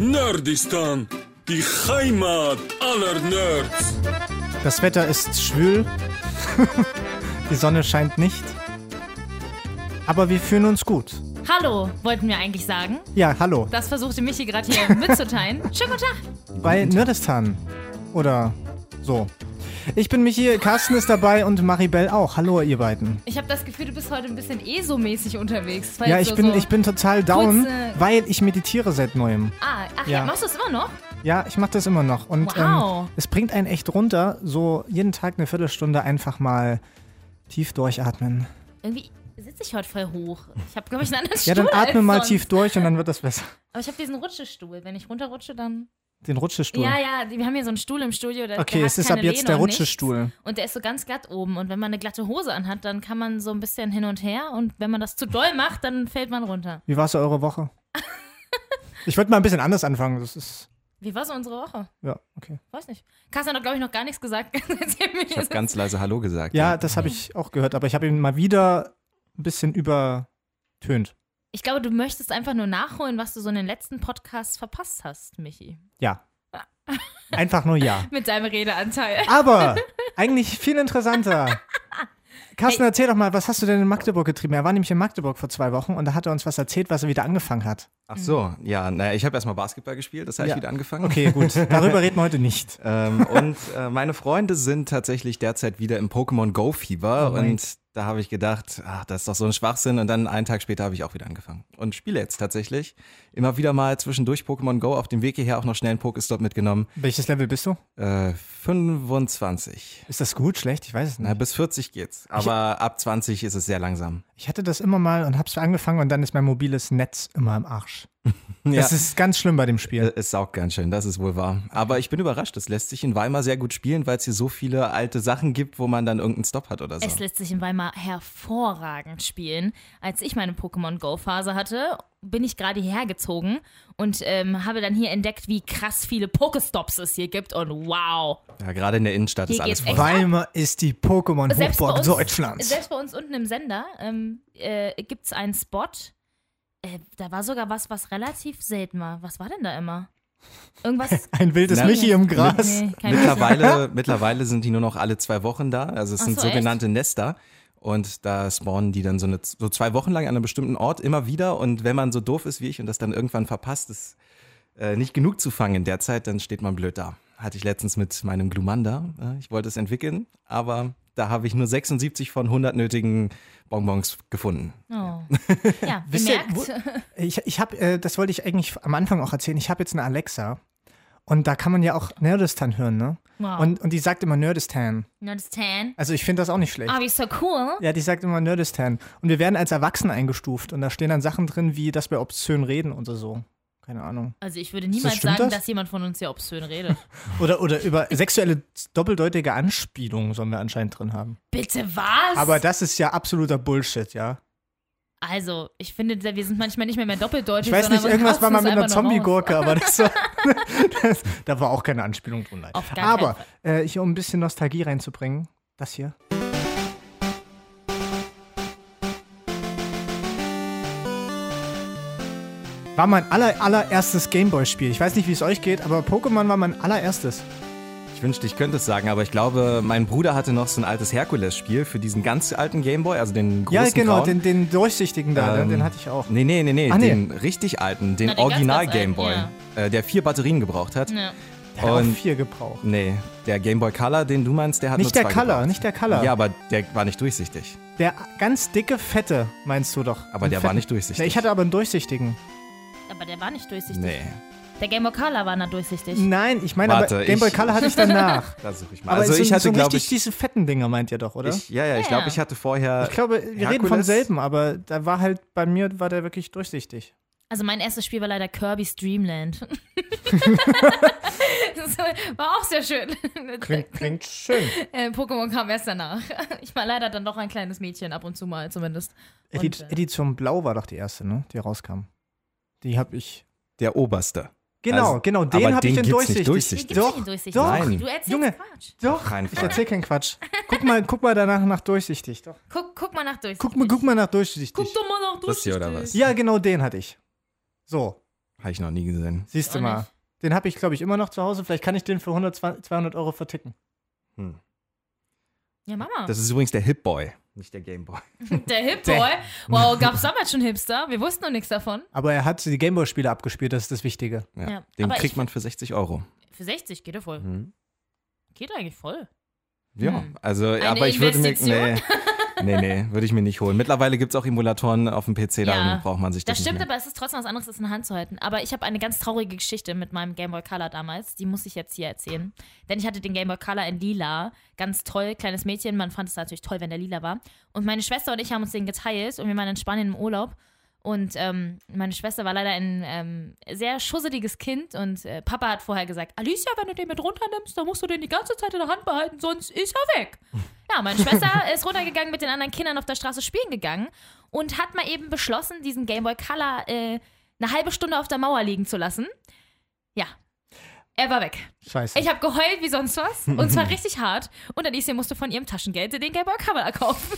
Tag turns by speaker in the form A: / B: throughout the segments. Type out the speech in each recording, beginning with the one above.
A: Nerdistan, die Heimat aller Nerds.
B: Das Wetter ist schwül. die Sonne scheint nicht. Aber wir fühlen uns gut.
C: Hallo, wollten wir eigentlich sagen.
B: Ja, hallo.
C: Das versuchte Michi gerade hier mitzuteilen. Schönen guten Tag.
B: Bei Nerdistan. Oder so. Ich bin Michi, Carsten ist dabei und Maribel auch. Hallo, ihr beiden.
C: Ich habe das Gefühl, du bist heute ein bisschen ESO-mäßig unterwegs. Das war
B: Ja,
C: jetzt
B: ich
C: so,
B: bin,
C: so
B: ich bin total down,
C: kurze-
B: weil ich meditiere seit neuem.
C: Ah, ach
B: Ja.
C: ja, machst du es immer noch?
B: Ja, ich mache das immer noch. Und
C: Wow.
B: ähm, es bringt einen echt runter, so jeden Tag eine Viertelstunde einfach mal tief durchatmen.
C: Irgendwie sitze ich heute voll hoch. Ich habe, glaube ich, einen anderen
B: Ja,
C: Stuhl
B: dann atme
C: als
B: mal
C: sonst.
B: tief durch und dann wird das besser.
C: Aber ich habe diesen Rutschestuhl. Wenn ich runterrutsche, dann...
B: Den Rutschestuhl.
C: Ja, ja, die- wir haben hier so einen Stuhl im Studio. Der,
B: Okay,
C: der
B: es
C: hat
B: ist ab
C: keine
B: jetzt
C: Lehne
B: der
C: und nichts.
B: Rutschestuhl.
C: Und der ist so ganz glatt oben. Und wenn man eine glatte Hose anhat, dann kann man so ein bisschen hin und her. Und wenn man das zu doll macht, dann fällt man runter.
B: Wie war so eure Woche? ich wollte mal ein bisschen anders anfangen. Das ist.
C: Wie war so unsere Woche?
B: Ja, okay.
C: Weiß nicht. Carsten hat doch, glaube ich, noch gar nichts gesagt.
D: Ich habe ganz leise Hallo gesagt.
B: Ja, das habe ich auch gehört, aber ich habe ihn mal wieder ein bisschen übertönt.
C: ich glaube, du möchtest einfach nur nachholen, was du so in den letzten Podcasts verpasst hast, Michi.
B: Ja. Einfach nur ja.
C: Mit deinem Redeanteil.
B: Aber eigentlich viel interessanter. Carsten, erzähl doch mal, was hast du denn in Magdeburg getrieben? Er war nämlich in Magdeburg vor zwei Wochen und da hat er uns was erzählt, was er wieder angefangen hat.
D: Ach so, ja, naja, ich habe erstmal Basketball gespielt, das habe
B: Mhm. Ja.
D: ich wieder angefangen.
B: Okay, gut. Darüber reden wir heute nicht.
D: Ähm, und äh, meine Freunde sind tatsächlich derzeit wieder im Pokémon Go Fieber
B: Oh mein.
D: und da habe ich gedacht, ach, das ist doch so ein Schwachsinn und dann einen Tag später habe ich auch wieder angefangen und spiele jetzt tatsächlich immer wieder mal zwischendurch Pokémon Go auf dem Weg hierher auch noch schnell einen Pokestop mitgenommen.
B: Welches Level bist du?
D: Äh, 25.
B: Ist das gut, schlecht? Ich weiß es
D: Na,
B: nicht.
D: bis 40 geht's, aber ab 20 ist es sehr langsam.
B: Ich hatte das immer mal und hab's angefangen und dann ist mein mobiles Netz immer im Arsch.
D: Ja.
B: Das ist ganz schlimm bei dem Spiel.
D: Äh, Es saugt ganz schön, das ist wohl wahr. Aber ich bin überrascht, es lässt sich in Weimar sehr gut spielen, weil es hier so viele alte Sachen gibt, wo man dann irgendeinen Stopp hat oder so.
C: Es lässt sich in Weimar hervorragend spielen. Als ich meine Pokémon Go-Phase hatte, bin ich gerade hierher gezogen und ähm, habe dann hier entdeckt, wie krass viele Pokestops es hier gibt. Und wow.
D: Ja, gerade in der Innenstadt
C: Hier
D: ist alles
C: geht's
D: voll.
C: echt-
B: Weimar ist die Pokémon-Hochburg Deutschlands.
C: selbst bei uns unten im Sender ähm, äh, gibt es einen Spot. Äh, da war sogar was, was relativ selten war. Was war denn da immer? Irgendwas.
B: Ein wildes
D: Na,
B: Michi im Gras.
C: Nee, keine Ahnung.
D: Mittlerweile, mittlerweile sind die nur noch alle zwei Wochen da. Also es
C: Ach
D: sind
C: so, echt?
D: sogenannte Nester. Und da spawnen die dann so, eine, so zwei Wochen lang an einem bestimmten Ort immer wieder. Und wenn man so doof ist wie ich und das dann irgendwann verpasst, ist äh, nicht genug zu fangen in der Zeit, dann steht man blöd da. Hatte ich letztens mit meinem Glumanda. Äh, ich wollte es entwickeln, aber da habe ich nur 76 von 100 nötigen Bonbons gefunden.
C: Oh. Ja,
B: Wisst ihr,
C: gemerkt.
B: Ich, ich habe, äh, das wollte ich eigentlich am Anfang auch erzählen. Ich habe jetzt eine Alexa und da kann man ja auch Nerdistan hören, ne?
C: Wow.
B: Und, und die sagt immer Nerdistan.
C: Not 10.
B: Also ich finde das auch nicht schlecht.
C: Oh, wie so cool.
B: Ja, die sagt immer Nerdistan. Und wir werden als Erwachsene eingestuft und da stehen dann Sachen drin, wie dass wir obszön reden und so. Keine Ahnung.
C: Also ich würde niemals
B: stimmt
C: sagen,
B: das?
C: dass jemand von uns hier obszön redet.
B: Oder, oder über sexuelle doppeldeutige Anspielungen sollen wir anscheinend drin haben.
C: Bitte was?
B: Aber das ist ja absoluter Bullshit, ja.
C: also, ich finde, wir sind manchmal nicht mehr mehr doppeldeutsch.
B: Ich weiß nicht,
C: sondern wir
B: irgendwas war mal
C: kratzen
B: mit
C: es
B: einer
C: einfach
B: Zombie-Gurke,
C: nur raus.
B: aber das war, das, da war auch keine Anspielung drin. leider.
C: Auf gar
B: Aber äh, hier, um ein bisschen Nostalgie reinzubringen, das hier. War mein aller, allererstes Gameboy-Spiel. Ich weiß nicht, wie es euch geht, aber Pokémon war mein allererstes.
D: Ich wünschte, ich könnte es sagen, aber ich glaube, mein Bruder hatte noch so ein altes Herkules-Spiel für diesen ganz alten Gameboy, also den großen
B: Ja, genau,
D: grauen.
B: den, den durchsichtigen da, ne, den-
D: Ähm,
B: den hatte ich auch.
D: Nee, nee, nee, nee,
B: Ah, nee.
D: den richtig alten, den
C: Na, den ganz,
D: Original
C: ganz alten,
D: Gameboy, äh, der vier Batterien gebraucht hat.
C: Ja.
B: Der hat auch
D: und-
B: vier gebraucht.
D: Nee, der Gameboy Color, den du meinst, der hat nur
B: Nicht der
D: zwei
B: Color,
D: gebraucht.
B: nicht der Color.
D: Ja, aber der war nicht durchsichtig.
B: Der ganz dicke, fette, meinst du doch.
D: Aber
B: Den
D: der war
B: fetten.
D: nicht durchsichtig.
B: Ja, ich hatte aber einen durchsichtigen.
C: Aber der war nicht durchsichtig.
D: Nee,
C: Der Game of Color war nicht durchsichtig.
B: Nein, ich meine, aber
D: Warte,
B: Game Boy
D: ich-
B: Color hatte ich danach.
D: da suche ich mal.
B: Aber
D: also
B: so,
D: ich hatte,
B: so
D: glaube
B: richtig
D: ich,
B: diese fetten Dinger, meint ihr doch, oder? Ich,
D: ich, ja, ja, ich
C: Ja.
D: glaube, ich hatte vorher,
B: glaube, wir reden vom
D: Herkules?
B: selben, aber da war halt, bei mir war der wirklich durchsichtig.
C: Also mein erstes Spiel war leider Kirby's Dreamland. das war auch sehr schön.
B: klingt schön.
C: Äh, Pokémon kam erst danach. Ich war leider dann doch ein kleines Mädchen, ab und zu mal zumindest. Und,
B: Edit
C: äh,
B: Edition Blau war doch die erste, ne, die rauskam. Die hab ich.
D: der oberste.
B: Genau,
D: Also,
B: genau,
D: aber
B: den hab ich
D: den
B: den
D: gibt's
B: durchsichtig.
D: nicht
C: wie
D: durchsichtig.
C: gibt's
B: Doch,
C: den durchsichtig?
B: doch.
D: Nein.
C: Du erzählst
B: Junge.
C: Quatsch.
B: Doch,
D: Kein
B: ich
D: Fall.
B: erzähl keinen Quatsch. Guck mal, guck mal danach nach durchsichtig. Doch.
C: Guck, guck mal nach durchsichtig.
B: Guck mal, guck mal nach durchsichtig.
C: Guck doch mal nach
D: Das
C: durchsichtig.
D: hier oder was?
B: Ja, genau den hatte ich. So.
D: Habe ich noch nie gesehen.
B: Siehst du
C: Auch
B: mal.
C: nicht.
B: Den habe ich, glaube ich, immer noch zu Hause. Vielleicht kann ich den für 100, 200 Euro verticken.
D: Hm.
C: Ja, Mama.
D: Das ist übrigens der Hip Boy, nicht der Game Boy.
C: Der Hip-Boy. Wow, gab es damals schon Hipster? Wir wussten noch nichts davon.
B: Aber er hat die Gameboy-Spiele abgespielt, das ist das Wichtige.
D: Ja.
C: Ja,
D: Den
C: aber
D: kriegt
C: ich-
D: man für 60 Euro.
C: Für 60 geht er voll.
B: Hm.
D: Mhm.
C: Geht eigentlich voll.
D: Ja,
C: Hm.
D: also, aber ich würde mir.
C: Investition?
D: Nee, nee, nee würde ich mir nicht holen. Mittlerweile gibt es auch Emulatoren auf dem PC,
C: Ja,
D: dann braucht man sich das,
C: Das stimmt,
D: nicht mehr.
C: aber es ist trotzdem was anderes, das in der Hand zu halten. Aber ich habe eine ganz traurige Geschichte mit meinem Game Boy Color damals. Die muss ich jetzt hier erzählen. Denn ich hatte den Game Boy Color in lila. Ganz toll, kleines Mädchen. Man fand es natürlich toll, wenn der lila war. Und meine Schwester und ich haben uns den geteilt und wir waren in Spanien im Urlaub. Und ähm, meine Schwester war leider ein ähm, sehr schusseliges Kind und äh, Papa hat vorher gesagt, Alicia, wenn du den mit runternimmst, dann musst du den die ganze Zeit in der Hand behalten, sonst ist er weg. Ja, Genau, meine Schwester ist runtergegangen, mit den anderen Kindern auf der Straße spielen gegangen und hat mal eben beschlossen, diesen Game Boy Color äh, eine halbe Stunde auf der Mauer liegen zu lassen. Ja. Er war weg.
B: Scheiße.
C: Ich habe geheult wie sonst was. Und zwar richtig hart. Und Alicia musste von ihrem Taschengeld den Game Boy Color kaufen.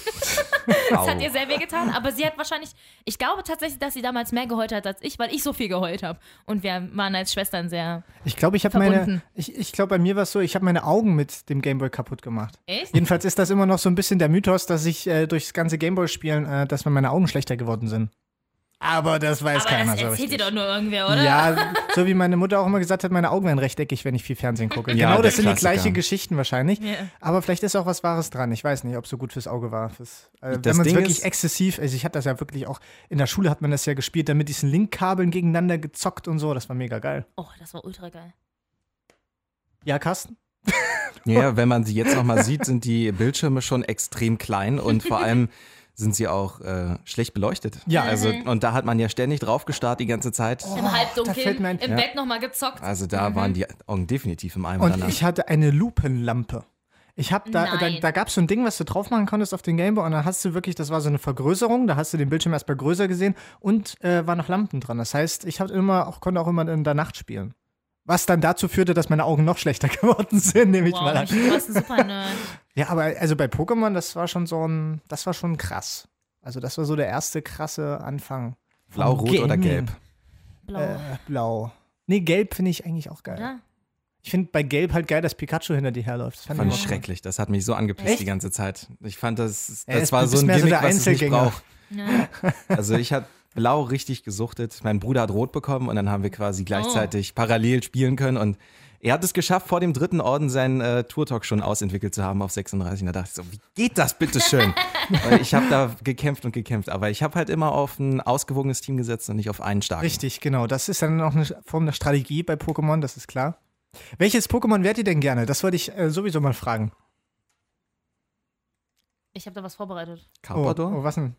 C: Das hat ihr sehr weh getan. Aber sie hat wahrscheinlich, ich glaube tatsächlich, dass sie damals mehr geheult hat als ich, weil ich so viel geheult habe. Und wir waren als Schwestern sehr.
B: Ich glaube, ich habe
C: Verbunden.
B: meine. Ich, ich glaube, bei mir war es so, ich habe meine Augen mit dem Gameboy kaputt gemacht.
C: Echt?
B: Jedenfalls ist das immer noch so ein bisschen der Mythos, dass ich äh, durchs ganze Gameboy-Spielen, äh, dass mir meine Augen schlechter geworden sind. Aber das weiß
C: Aber
B: keiner
C: das
B: so
C: erzählt
B: richtig.
C: dir doch nur irgendwer, oder?
B: Ja, so wie meine Mutter auch immer gesagt hat, meine Augen werden rechteckig, wenn ich viel Fernsehen gucke.
D: Ja,
B: genau
D: der
B: das sind die
D: Klassiker.
B: gleichen Geschichten wahrscheinlich.
C: Ja.
B: Aber vielleicht ist auch was Wahres dran. Ich weiß nicht, ob es so gut fürs Auge war. Fürs, äh,
D: Das
B: wenn man es
D: Ding
B: wirklich
D: ist-
B: exzessiv, also ich hatte das ja wirklich auch, in der Schule hat man das ja gespielt, dann mit diesen Linkkabeln gegeneinander gezockt und so. Das war mega geil.
C: Oh, das war ultra geil.
B: Ja, Carsten?
D: Ja, wenn man sie jetzt nochmal sieht, sind die Bildschirme schon extrem klein und vor allem sind sie auch äh, schlecht beleuchtet.
B: Ja.
D: Also, und da hat man ja ständig drauf gestarrt die ganze Zeit.
C: Im
B: Oh, da fällt
C: Halbdunkeln,
B: mir ein-
C: im
B: Ja.
C: Bett nochmal gezockt.
D: Also da waren die Augen definitiv im Eimer
B: Und
D: danach.
B: ich hatte eine Lupenlampe. Ich hab da, da,
C: Nein.
B: da gab es so ein Ding, was du drauf machen konntest auf den Gameboy und dann hast du wirklich, das war so eine Vergrößerung, da hast du den Bildschirm erstmal größer gesehen und äh, waren noch Lampen dran. Das heißt, ich hab immer auch, konnte auch immer in der Nacht spielen. Was dann dazu führte, dass meine Augen noch schlechter geworden sind, nehme ich mal
C: wow,
B: an.
C: du warst ein super Nerd.
B: Ja, aber also bei Pokémon, das war schon so ein, das war schon krass. Also das war so der erste krasse Anfang.
D: Blau, rot oder
B: Gaming.
D: gelb?
C: Blau.
B: Äh, blau. Nee, gelb finde ich eigentlich auch geil.
C: oder?
B: Ich finde bei gelb halt geil, dass Pikachu hinter dir herläuft. Das fand,
D: Fand
B: ich
D: ich
B: auch-
D: schrecklich. Das hat mich so angepisst
C: Echt?
D: die ganze Zeit. Ich fand, das,
B: Er
D: das
B: ist-
D: war
B: du
D: so
B: bist
D: ein
B: mehr so
D: Gimmick,
B: der
D: was es nicht
B: Einzelgänger.
D: braucht.
C: Ja.
D: Also ich habe blau richtig gesuchtet. Mein Bruder hat rot bekommen und dann haben wir quasi gleichzeitig parallel spielen können. Und er hat es geschafft, vor dem dritten Orden seinen äh, Tour-Talk schon ausentwickelt zu haben auf 36. Und da dachte ich so, wie geht das bitte schön? Weil ich habe da gekämpft und gekämpft. Aber ich habe halt immer auf ein ausgewogenes Team gesetzt und nicht auf einen starken.
B: Richtig, genau. Das ist dann auch eine Form der Strategie bei Pokémon, das ist klar. Welches Pokémon wärt ihr denn gerne? Das wollte ich äh, sowieso mal fragen.
C: Ich habe da was vorbereitet.
B: Oh,
D: Carpador?
B: oh, was denn?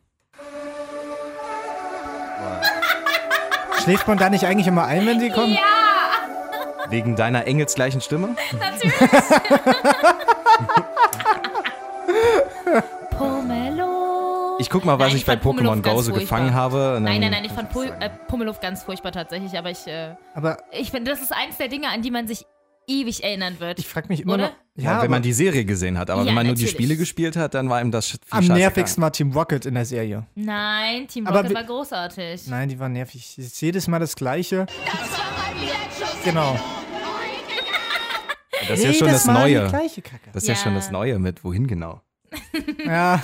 B: Schläft man da nicht eigentlich immer ein, wenn sie kommen?
D: Wegen deiner engelsgleichen Stimme?
C: Pomelo.
D: Ich guck mal, was
C: Nein,
D: ich bei
C: fand Pummeluff
D: Pokémon Go
C: ganz
D: so
C: furchtbar.
D: gefangen habe. und
C: Nein, nein,
D: dann-
C: nein, ich fand Pul äh, Pummeluff ganz furchtbar tatsächlich, aber ich, äh,
B: Aber
C: ich finde, das ist eins der Dinge, an die man sich ewig erinnern wird.
B: ich frage mich immer
C: Oder?
B: noch.
D: Ja, wenn man
B: aber
D: die Serie gesehen hat. Aber
C: Ja,
D: wenn man nur
C: natürlich.
D: die Spiele gespielt hat, dann war ihm das viel
B: am
D: scheißegal.
B: nervigsten war Team Rocket in der Serie.
C: Nein, Team
B: Aber
C: Rocket
B: wir-
C: war großartig.
B: Nein, die war nervig. Es Ist jedes Mal das Gleiche. Genau.
D: Das ist ja schon das
B: Mal
D: Neue.
B: Die gleiche Kacke.
D: Das ist ja.
C: Ja.
D: schon das Neue mit wohin genau.
B: Ja.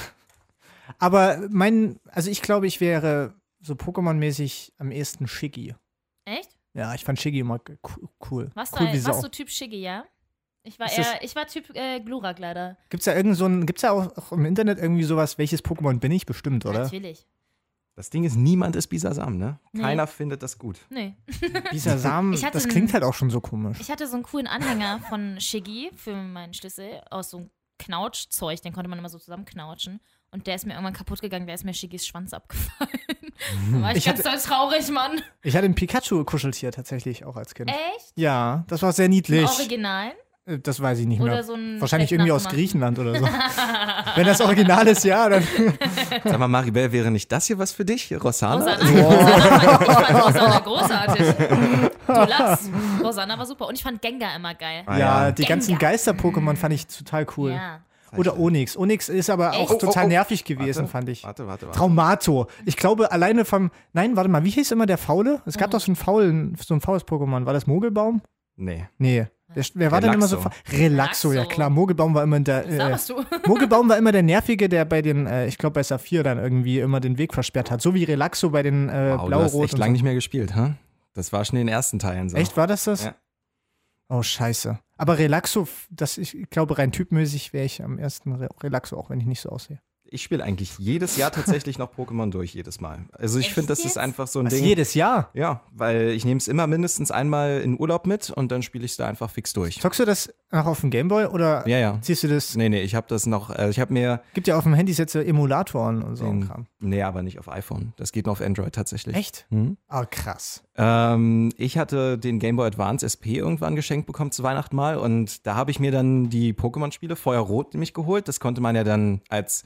B: Aber mein, also ich glaube, ich wäre so Pokémon-mäßig am ehesten Shiggy.
C: Echt?
B: Ja, ich fand Shiggy immer co- cool.
C: Warst,
B: cool
C: du,
B: wie
C: ein, warst
B: Sau.
C: du Typ Shiggy, ja? Ich war,
B: Ist das-
C: eher, ich war Typ äh, Glurak leider.
B: Gibt's da irgend so ein, gibt's da auch, auch im Internet irgendwie sowas, welches Pokémon bin ich bestimmt, oder?
C: Natürlich.
D: Das Ding ist, niemand ist Bisasam, ne?
C: Nee.
D: Keiner findet das gut.
C: Nee.
B: Dieser Samen,
C: Ich hatte
B: das
C: einen-
B: klingt halt auch schon so komisch.
C: Ich hatte so einen coolen Anhänger von Shiggy für meinen Schlüssel aus so einem Knautschzeug, den konnte man immer so zusammenknautschen. Und der ist mir irgendwann kaputt gegangen, da ist mir Shiggys Schwanz abgefallen. Da war ich,
B: Ich
C: ganz
B: hatte-
C: doll traurig, Mann.
B: Ich hatte ein Pikachu-Kuscheltier tatsächlich auch als Kind.
C: Echt?
B: Ja, das war sehr niedlich.
C: Original?
B: Äh, Das weiß ich nicht
C: Oder
B: mehr.
C: so ein
B: Wahrscheinlich
C: schlecht
B: irgendwie aus
C: nachgemachten.
B: Griechenland oder so. Wenn das Original ist, ja, dann.
D: Sag mal, Maribel, wäre nicht das hier was für dich? Rosana?
C: Rosanna? Rosanna war- Ich fand Rosanna großartig. Du lachst. Rosanna war super. Und ich fand Gengar immer geil.
D: Ah,
B: ja, die ganzen
C: Gengar.
B: Geister-Pokémon fand ich total cool.
C: Ja.
B: Oder Onyx. Onyx ist aber auch
D: Oh, oh,
B: total
D: oh.
B: nervig gewesen,
D: Warte,
B: fand ich.
D: Warte, warte, warte.
B: Traumato. Ich glaube, alleine vom. Nein, warte mal, wie hieß immer der Faule? Es
C: Mhm.
B: gab doch so einen faulen, so ein faules Pokémon. War das Mogelbaum?
D: Nee.
B: Nee. Der, wer war denn immer so.
D: Relaxo.
B: fa- Relaxo, ja
C: Relaxo.
B: klar. Mogelbaum war immer der. Äh,
C: Sagst du?
B: Mogelbaum war immer der Nervige, der bei den, äh, ich glaube, bei Saphir dann irgendwie immer den Weg versperrt hat. So wie Relaxo bei den äh,
D: Wow, du hast
B: Blau-Rot.
D: echt
B: und
D: lang nicht mehr gespielt, hä? Das war schon in den ersten Teilen so.
B: so. echt, war das das?
D: Ja.
B: Oh, scheiße. Aber Relaxo, f- das, ich ich glaube, rein typmäßig wäre ich am ersten Re Relaxo, auch wenn ich nicht so aussehe.
D: Ich spiele eigentlich jedes Jahr tatsächlich noch Pokémon durch, jedes Mal. Also ich
C: Echt
D: finde, das
C: jetzt?
D: ist einfach so ein
B: Was,
D: Ding.
B: jedes Jahr?
D: Ja, weil ich nehme es immer mindestens einmal in Urlaub mit und dann spiele ich es da einfach fix durch.
B: Zockst du das auch auf dem Gameboy oder
D: Ja, ja.
B: ziehst du das?
D: Nee, nee, ich habe das noch, äh, ich habe mir,
B: Gibt ja auf dem Handy jetzt so Emulatoren und so ein
D: Den-
B: Oh, Kram.
D: nee, aber nicht auf iPhone. Das geht nur auf Android tatsächlich.
B: Echt?
D: Mhm.
B: Ah, krass.
D: Ähm, ich hatte den Game Boy Advance SP irgendwann geschenkt bekommen zu Weihnachten mal und da habe ich mir dann die Pokémon-Spiele Feuerrot nämlich geholt. Das konnte man ja dann als,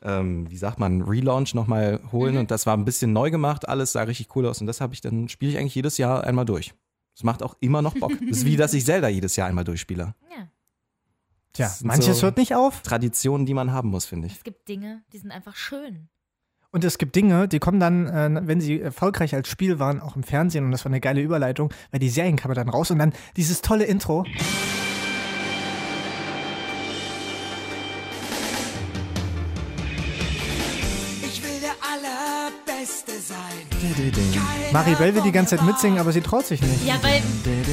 D: ähm, wie sagt man, Relaunch nochmal
B: Mhm.
D: holen und das war ein bisschen neu gemacht, alles sah richtig cool aus und das habe ich dann, spiele ich eigentlich jedes Jahr einmal durch. Das macht auch immer noch Bock. das ist wie, dass ich Zelda jedes Jahr einmal durchspiele.
C: Ja.
B: Tja,
D: Das sind
B: manches
D: so-
B: hört nicht auf.
D: Traditionen, die man haben muss, finde ich.
C: Es gibt Dinge, die sind einfach schön.
B: Und es gibt Dinge, die kommen dann, äh, wenn sie erfolgreich als Spiel waren, auch im Fernsehen. Und das war eine geile Überleitung, weil die Serien kamen dann raus und dann dieses tolle Intro.
E: Ich will der Allerbeste sein.
B: Maribel will die ganze Zeit mitsingen, aber sie traut sich nicht.
C: Ja, weil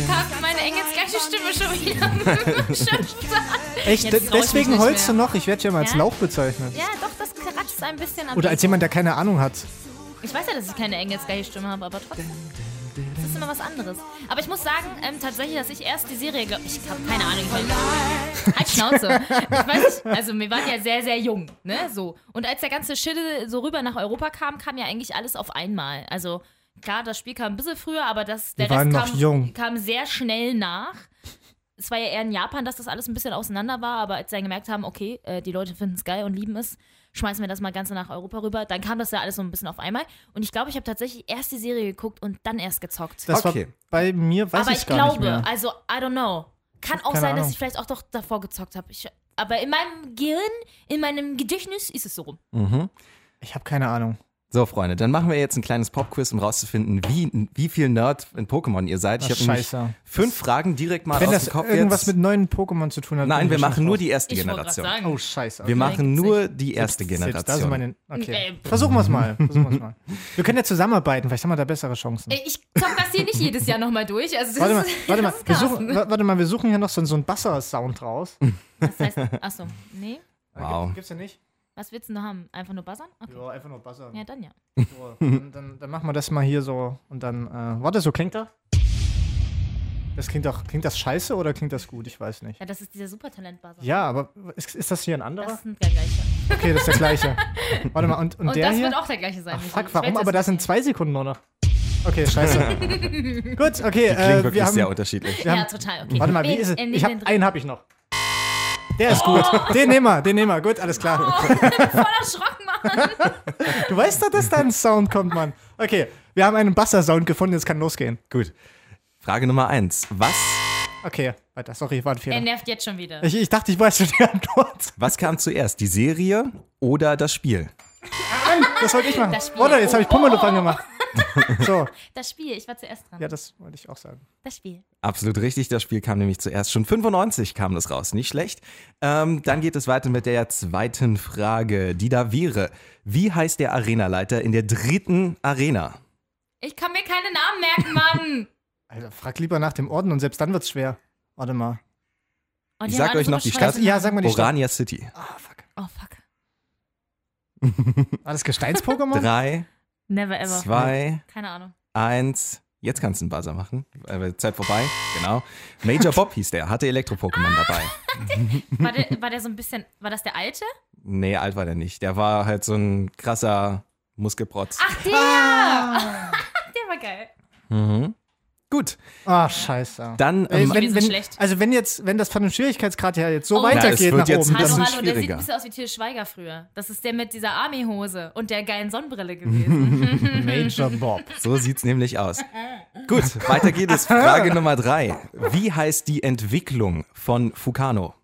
C: Tag, meine engelsgleiche Stimme schon wieder. Schön.
B: Echt,
C: Jetzt
B: de-
C: trau ich mich
B: deswegen
C: nicht
B: holst du
C: mehr.
B: noch. Ich werde ja mal als
C: Ja?
B: Lauch bezeichnet.
C: ja, doch, das kratzt ein bisschen an.
B: Oder als jemand, der keine Ahnung hat.
C: Ich weiß ja, dass ich keine engelsgeile Stimme habe, aber trotzdem. Das ist immer was anderes. Aber ich muss sagen, ähm, tatsächlich, dass ich erst die Serie, glaub, ich habe keine Ahnung. Ich halt Schnauze. Ich weiß nicht, also wir waren ja sehr, sehr jung, ne, so. Und als der ganze Schille so rüber nach Europa kam, kam ja eigentlich alles auf einmal. Also klar, das Spiel kam ein bisschen früher, aber das, der
B: Wir waren
C: Rest
B: noch
C: kam,
B: jung.
C: kam sehr schnell nach. Es war ja eher in Japan, dass das alles ein bisschen auseinander war, aber als sie dann gemerkt haben, okay, äh, die Leute finden es geil und lieben es, schmeißen wir das mal Ganze nach Europa rüber, dann kam das ja alles so ein bisschen auf einmal. Und ich glaube, ich habe tatsächlich erst die Serie geguckt und dann erst gezockt.
B: Das
D: Okay.
B: war bei mir, weiß
C: aber
B: ich's
C: ich
B: gar nicht
C: glaube,
B: mehr.
C: also, I don't know. Kann auch
B: Keine
C: sein, dass
B: Ahnung.
C: ich vielleicht auch doch davor gezockt habe. Ich- Aber in meinem Gehirn, in meinem Gedächtnis ist es so rum.
B: Ich habe keine Ahnung.
D: So, Freunde, dann machen wir jetzt ein kleines Pop-Quiz, um rauszufinden, wie, wie viel Nerd in Pokémon ihr seid.
B: Ach,
D: ich habe
B: scheiße.
D: nämlich fünf Fragen direkt mal
B: Wenn
D: aus
B: das
D: dem Kopf
B: irgendwas
D: jetzt.
B: mit neuen Pokémon zu tun hat.
D: Nein,
B: bin
D: wir
B: ich
D: machen
B: schon
D: nur
B: raus.
D: die erste
C: Ich wollte gerade
D: Generation.
C: sagen.
B: Oh, scheiße.
D: Wir
B: okay.
D: machen
C: gibt's
D: nur die erste
B: Selbst Das ist
D: Generation.
B: meine, okay.
C: Ey.
B: Versuchen wir es mal. Versuchen wir's mal. Wir können ja zusammenarbeiten, vielleicht haben wir da bessere Chancen.
C: Ey, Äh, Ich zock das hier nicht jedes Jahr nochmal durch. Also, das
B: Warte mal,
C: ist,
B: warte mal,
C: das ist
B: wir
C: Chaos.
B: suchen, wa- warte mal, wir suchen hier noch so, so einen Basser-Sound raus. Äh,
C: Das heißt, achso, nee.
D: Hm. Wow.
B: Gibt's ja nicht?
C: Was willst du noch haben? Einfach nur buzzern? Okay.
B: Ja, einfach nur Basser.
C: Ja, dann ja.
B: So, dann, dann, dann machen wir das mal hier so und dann. Äh, warte, so klingt das? Das klingt doch. Klingt das scheiße oder klingt das gut? Ich weiß nicht.
C: Ja, das ist dieser Supertalent-Buzzer.
B: Ja, aber ist, ist das hier ein anderer?
C: Das sind der gleiche.
B: Okay, das ist der gleiche. Warte mal, und, und,
C: Und
B: der
C: das
B: hier?
C: wird auch der gleiche sein.
B: Ach,
C: Michi.
B: fuck,
C: Ich
B: warum?
C: weiß
B: Aber
C: es
B: das sind
C: nicht.
B: zwei Sekunden nur noch. Okay, scheiße. Gut, okay.
D: Die
B: äh,
D: klingen wirklich
B: wir haben,
D: sehr unterschiedlich.
B: wir haben,
C: Ja, total, okay.
B: Warte mal, wie
C: Wen-
B: ist es?
C: äh, nee,
B: Ich
C: den Oh.
B: hab,
C: dritten.
B: einen habe ich noch. Der ist gut. Den nehmen wir, den nehmen wir. Gut, alles klar.
C: Voll erschrocken, Oh, Mann.
B: Du weißt doch, dass da ein Sound kommt, Mann. Okay, wir haben einen Basser-Sound gefunden, jetzt kann losgehen.
D: Gut. Frage Nummer eins. Was,
B: Okay, weiter. Sorry, war ein
C: Er
B: Fehler.
C: nervt jetzt schon wieder.
B: Ich, ich dachte, ich weiß schon die Antwort.
D: was kam zuerst? Die Serie oder das Spiel?
B: Nein, das wollte ich machen.
C: Das Spiel.
B: Oder jetzt habe ich Pummelup angemacht. So,
C: Das Spiel, ich war zuerst dran.
B: ja, das wollte ich auch sagen.
C: Das Spiel.
D: Absolut richtig, das Spiel kam nämlich zuerst. Schon 95 kam das raus, nicht schlecht. Ähm, dann geht es weiter mit der zweiten Frage, die da wäre. Wie heißt der Arenaleiter in der dritten Arena?
C: Ich kann mir keine Namen merken, Mann.
B: Alter, frag lieber nach dem Orden und selbst dann wird's schwer. Warte mal.
C: Oh,
D: Ich
C: haben
D: sag
C: alle
D: euch noch die
C: bescheuerte
D: Stadt.
B: Ja, sag mal die Stadt.
D: Orania City.
B: Ah, fuck.
C: Namen. Oh, fuck.
B: War das Gesteins-Pokémon?
D: Drei,
C: Never ever.
D: zwei,
C: Keine Ahnung.
D: eins. Jetzt kannst du einen Buzzer machen. Äh, Zeit vorbei, genau. Major Bob hieß der, hatte Elektro-Pokémon dabei.
C: War der, war der so ein bisschen, war das der alte?
D: Nee, alt war der nicht. Der war halt so ein krasser Muskelprotz.
C: Ach, der! der war geil.
D: Gut,
B: Ah, scheiße.
D: dann
B: Ey,
D: ähm,
C: wir
B: wenn,
C: sind
B: wenn,
C: schlecht.
B: also wenn jetzt, wenn das von dem Schwierigkeitsgrad her jetzt so
C: Oh.
D: Ja,
B: weitergeht
D: es wird
B: nach
D: jetzt
B: oben,
D: ein
C: Hallo,
B: dann,
C: hallo, der sieht
D: schwieriger.
C: ein bisschen aus wie Til Schweiger früher. Das ist der mit dieser Army-Hose und der geilen Sonnenbrille gewesen.
B: Major Bob.
D: so sieht's nämlich aus. Gut, weiter geht es. Frage Nummer drei. Wie heißt die Entwicklung von Fukano?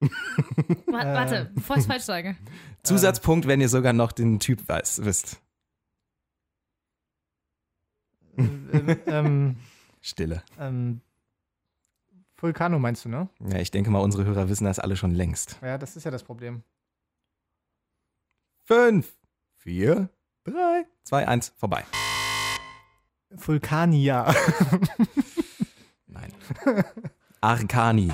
C: Wa warte, bevor ich falsch sage.
D: Zusatzpunkt, wenn ihr sogar noch den Typ weiß, wisst.
B: ähm, ähm,
D: Stille.
B: ähm, Vulcano meinst du, ne?
D: Ja, ich denke mal, unsere Hörer wissen das alle schon längst.
B: Ja, das ist ja das Problem.
D: Fünf, vier, drei, zwei, eins, vorbei.
B: Vulkania.
D: Nein. Arkani.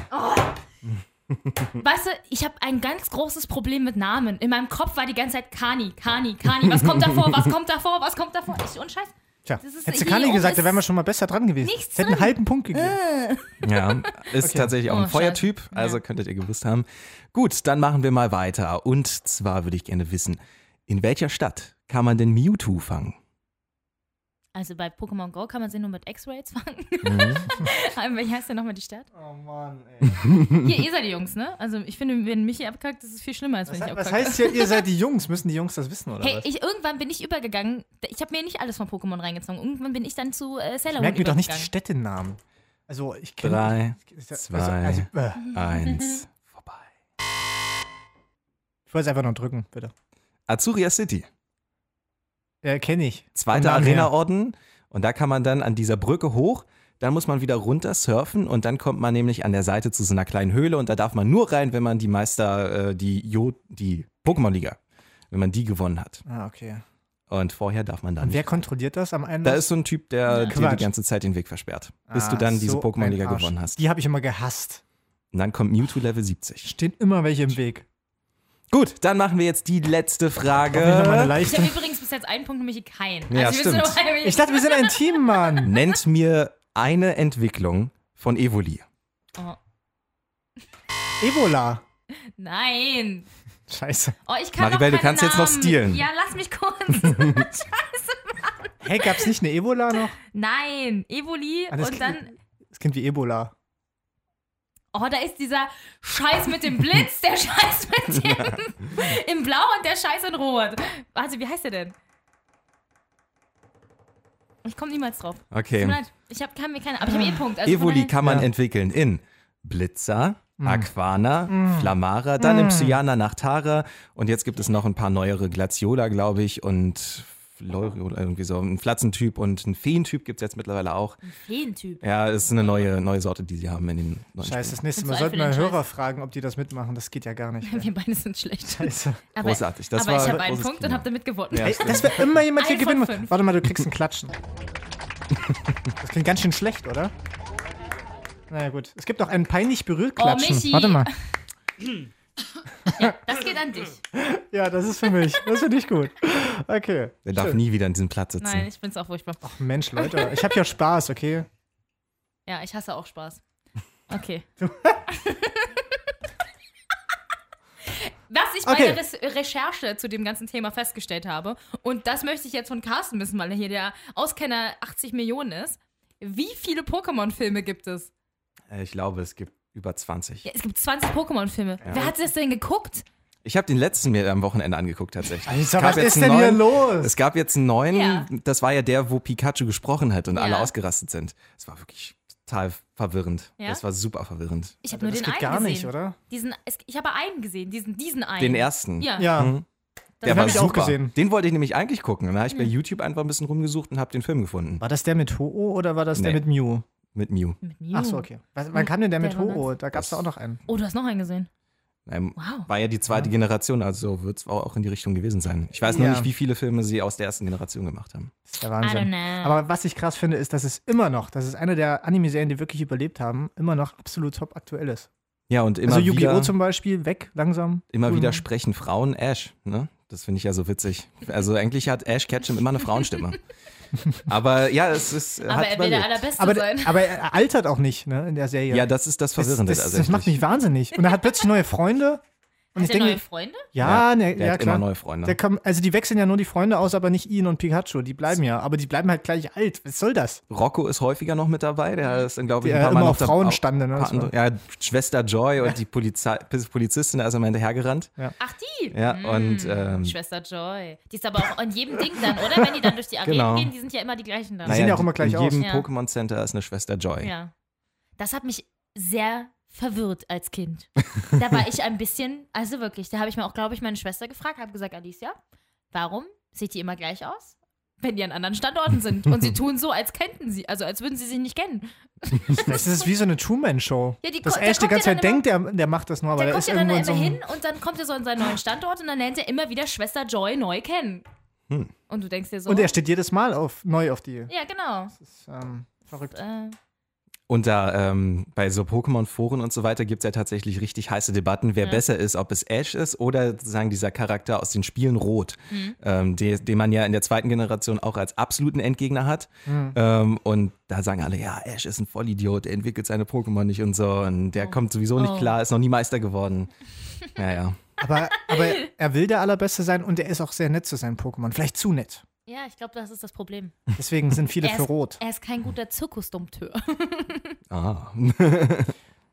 C: Weißt du, ich habe ein ganz großes Problem mit Namen. In meinem Kopf war die ganze Zeit Kani, Kani, Kani. Was kommt davor? Was kommt davor? Was kommt davor? Ich, und Scheiß.
B: Tja,
C: Das ist
B: hättest du
C: hier
B: Kani
C: oben
B: gesagt, da
C: ist
B: wären wir schon mal besser dran gewesen.
C: nichts
B: Hätten einen
C: drin.
B: halben Punkt gegeben.
D: Ja, ist tatsächlich auch ein
C: Oh,
D: Feuertyp,
C: scheiße.
D: also
C: Ja.
D: könntet ihr gewusst haben. Gut, dann machen wir mal weiter. Und zwar würde ich gerne wissen, in welcher Stadt kann man den Mewtwo fangen?
C: Also bei Pokémon Go kann man sie nur mit X-Rays fangen.
B: Mhm.
C: Ähm, Wie heißt denn nochmal die Stadt?
B: Oh Mann, ey.
C: Hier, ihr seid die Jungs, ne? Also ich finde, wenn Michi abkackt, ist es viel schlimmer, als wenn
B: Was,
C: ich
B: he- was
C: abkacke.
B: heißt hier, ihr seid die Jungs? Müssen die Jungs das wissen, oder
C: Hey,
B: was?
C: ich, irgendwann bin ich übergegangen. Ich habe mir nicht alles von Pokémon reingezogen. Irgendwann bin ich dann zu äh, Sailor Moon
B: Merk mir doch nicht die
C: übergegangen.
B: Städtenamen. Also, ich kenne.
D: Drei,
B: also,
D: zwei.
B: Also, äh,
C: Mhm.
D: eins, vorbei.
B: ich wollte es einfach noch drücken, bitte.
D: Azuria City,
B: Äh, kenne ich.
D: zweiter
B: Vom Namen her.
D: Arena-Orden. Und da kann man dann an dieser Brücke hoch, dann muss man wieder runter surfen und dann kommt man nämlich an der Seite zu so einer kleinen Höhle und da darf man nur rein, wenn man die Meister, äh, die, Jo- die Pokémon-Liga, wenn man die gewonnen hat.
B: Ah, okay.
D: Und vorher darf man da
B: Und
D: nicht.
B: wer kontrolliert das am Ende? Ah,
D: Da ist so ein Typ, der dir die
B: Quatsch.
D: ganze Zeit den Weg versperrt, bis du dann diese Pokémon-Liga gewonnen hast.
B: Die habe ich immer gehasst.
D: Und dann kommt Mewtwo Level 70.
B: Stehen immer welche im Weg.
D: Gut, dann machen wir jetzt die letzte
B: Ich, noch mal eine
D: Frage.
C: Ich
B: leichte.
C: habe übrigens bis jetzt einen Punkt, nämlich keinen. Also,
D: Ja,
C: wir wissen
D: stimmt.
C: nur,
B: ich dachte, wir sind ein Team, Mann.
D: Nennt mir eine Entwicklung von Evoli.
C: oh,
B: Ebola.
C: nein.
B: Scheiße.
C: Oh, ich kann
D: Maribel,
C: noch
D: du
C: keinen
D: kannst jetzt noch
C: Namen.
D: stehlen.
C: Ja, lass mich kurz.
B: Hey, gab's nicht eine Ebola noch?
C: nein, Evoli
D: Ah,
B: Alles
C: und
B: klar.
C: dann
B: Das klingt wie Ebola.
C: Oh, da ist dieser Scheiß mit dem Blitz, der Scheiß mit dem im Blau und der Scheiß in Rot. Warte, wie heißt der denn? Ich komme niemals drauf. Tut mir
D: Okay.
C: leid, Ich hab, kann mir keine, aber ich habe eh einen Punkt. Also von
D: Evoli
C: daher-
D: kann man
B: Ja. Mm.
D: entwickeln in Blitzer, Aquana, Flamara, dann Ipsiana, Nachtara und jetzt gibt es noch ein paar neuere Glaciola, glaube ich, und Fleuriola, irgendwie so ein Flatzentyp und ein Feentyp gibt es jetzt mittlerweile auch.
C: Feentyp.
D: Ja, es ist eine neue, neue Sorte, die sie haben in den neuen
B: Scheiße, das nächste
C: Und
B: Mal
C: zu alt
B: sollten
C: für
B: wir
C: den
B: Hörer fragen, ob die das mitmachen. Das geht ja gar nicht. ey.
C: Wir beide sind schlecht.
B: Scheiße.
C: Aber,
D: Großartig, das
C: aber
D: war
C: ich habe einen
D: großes
C: Punkt
D: Kino.
C: und habe damit gewonnen.
D: Ja.
B: Ey, dass wir immer jemand hier
C: Eine
B: gewinnen
C: von fünf.
B: muss. Warte mal, du kriegst ein Klatschen. Das klingt ganz schön schlecht, oder? Naja, gut. Es gibt auch einen peinlich berührt Klatschen.
C: Oh, Michi.
B: Warte mal.
C: Das geht an dich.
B: Ja, das ist für mich. Das finde ich gut. Okay.
D: Der darf nie wieder an diesem Platz sitzen.
C: Nein, ich bin's auch furchtbar.
B: Mensch, Leute, ich habe ja Spaß, okay?
C: Ja, ich hasse auch Spaß. Okay. Was ich bei
B: Okay.
C: der Res- Recherche zu dem ganzen Thema festgestellt habe, und das möchte ich jetzt von Carsten wissen, weil er hier der Auskenner 80 Millionen ist. Wie viele Pokémon-Filme gibt es?
D: Äh, Ich glaube, es gibt über 20.
C: Ja, es gibt 20 Pokémon-Filme. Wer hat das denn geguckt?
D: Ich habe den letzten mir am Wochenende angeguckt, tatsächlich. Es
B: Alter,
D: gab
B: was
D: jetzt
B: ist
D: einen
B: denn hier
D: neuen-
B: los?
D: Es gab jetzt einen neuen,
C: Ja.
D: das war ja der, wo Pikachu gesprochen hat und alle
C: Ja.
D: ausgerastet sind. Es war wirklich total verwirrend.
C: Ja?
D: Das war super verwirrend.
C: Ich
B: Alter,
C: habe nur
B: das
C: den
B: geht
C: einen
B: gar
C: gesehen.
B: nicht, oder?
C: Diesen, es, ich habe einen gesehen, diesen, diesen einen.
D: Den ersten. Mhm.
C: Ja.
B: Ja.
D: Der
B: Den
D: war
B: hab ich
D: super.
B: auch gesehen.
D: Den wollte ich nämlich eigentlich gucken. Da habe ich
C: Mhm.
D: bei YouTube einfach ein bisschen rumgesucht und habe den Film gefunden.
B: War das der mit Ho-Oh oder war das der
D: Nee.
B: mit Mew?
D: Mit Mew.
C: Mit Mew.
B: Ach so, okay. Was, wann kam denn der,
C: Der
B: mit
C: war
B: Ho-Oh? Da gab es auch noch einen.
C: Oh, du hast noch einen gesehen.
D: Ähm,
C: Wow.
D: War ja die zweite Generation, also wird es auch in die Richtung gewesen sein. Ich weiß nur
B: Ja.
D: nicht, wie viele Filme sie aus der ersten Generation gemacht haben.
B: Das ist der
C: I
B: Wahnsinn.
C: don't know.
B: Aber was ich krass finde, ist, dass es immer noch, das ist eine der Anime-Serien, die wirklich überlebt haben, immer noch absolut top aktuell ist.
D: Ja, und immer
B: also Yu-Gi-Oh!
D: wieder,
B: zum ne? Beispiel, weg, langsam.
D: immer wieder sprechen Frauen Ash, ne? Das finde ich ja so witzig. Also eigentlich hat Ash Ketchum immer eine Frauenstimme. Aber ja, es ist
C: Aber
D: hat
C: er will der
D: überlebt.
C: Allerbeste
B: Aber,
C: sein.
B: aber er altert auch nicht, ne, in der Serie.
D: Ja, das ist das
B: das,
D: Verwirrende.
B: das, das
D: tatsächlich.
B: macht mich wahnsinnig. Und er hat plötzlich neue Freunde. Und
C: Hat
B: ich
C: er neue
B: denke,
C: Freunde?
B: ja, ne,
D: der
B: ja
D: hat
B: klar.
D: immer neue
B: Der
D: Freunde.
B: kam, also die wechseln ja nur die Freunde aus, aber nicht ihn und Pikachu. Die bleiben ja, aber die bleiben halt gleich alt. Was soll das?
D: Rocco ist häufiger noch mit dabei. Der ist dann, glaube ich, ein
B: Der
D: paar
B: immer
D: Mal noch
B: auf
D: da-
B: Frauen
D: auf-
B: stande, ne?
D: paar
B: Das war-
D: andere- Ja, Schwester Joy und die Polizei, Polizistin, da ist am Ende hergerannt.
C: Ach, die? Hm,
D: Ja, und ähm,
C: Schwester Joy. Die ist aber auch an jedem Ding dann, oder? Wenn die dann durch die Arenen
D: Genau.
C: gehen, die sind ja immer die gleichen dann.
B: sehen ja auch immer gleich
D: in
B: aus.
D: jedem
C: Ja.
D: Pokémon Center ist eine Schwester Joy.
C: Ja. Das hat mich sehr verwirrt als Kind. Da war ich ein bisschen, also wirklich, da habe ich mir auch, glaube ich, meine Schwester gefragt, habe gesagt, Alicia, warum sieht die immer gleich aus? Wenn die an anderen Standorten sind. Und sie tun so, als kennten sie, also als würden sie sich nicht kennen.
B: Das ist wie so eine Truman-Show.
C: Ja, die
B: dass
C: ko- der
B: Ash die
C: kommt ja
B: ganze Zeit
C: dann immer-
B: denkt, der, der macht das nur, aber
C: Der
B: der
C: kommt
B: ist
C: ja dann
B: irgendwo in
C: immer
B: so einem.
C: hin und dann kommt er so an seinen neuen Standort und dann lernt er immer wieder Schwester Joy neu kennen. Und du denkst dir so.
B: Hm. Und er steht jedes Mal auf, neu auf die.
C: ja, genau.
B: Ähm, verrückt.
C: Äh,
D: Und da ähm, bei so Pokémon-Foren und so weiter gibt es ja tatsächlich richtig heiße Debatten, wer
C: Ja.
D: besser ist, ob es Ash ist oder sozusagen dieser Charakter aus den Spielen Rot,
B: Mhm.
D: ähm, de, den man ja in der zweiten Generation auch als absoluten Endgegner hat.
B: Mhm.
D: Ähm, und da sagen alle, ja, Ash ist ein Vollidiot, der entwickelt seine Pokémon nicht und so und der kommt sowieso nicht
C: Oh.
D: klar, ist noch nie Meister geworden. Naja.
B: Aber, aber er will der Allerbeste sein und er ist auch sehr nett zu seinen Pokémon. Vielleicht zu nett.
C: ja, ich glaube, das ist das Problem.
B: Deswegen sind viele
C: er,
B: für
C: ist,
B: Rot.
C: er ist kein guter Zirkusdompteur.
D: Ah.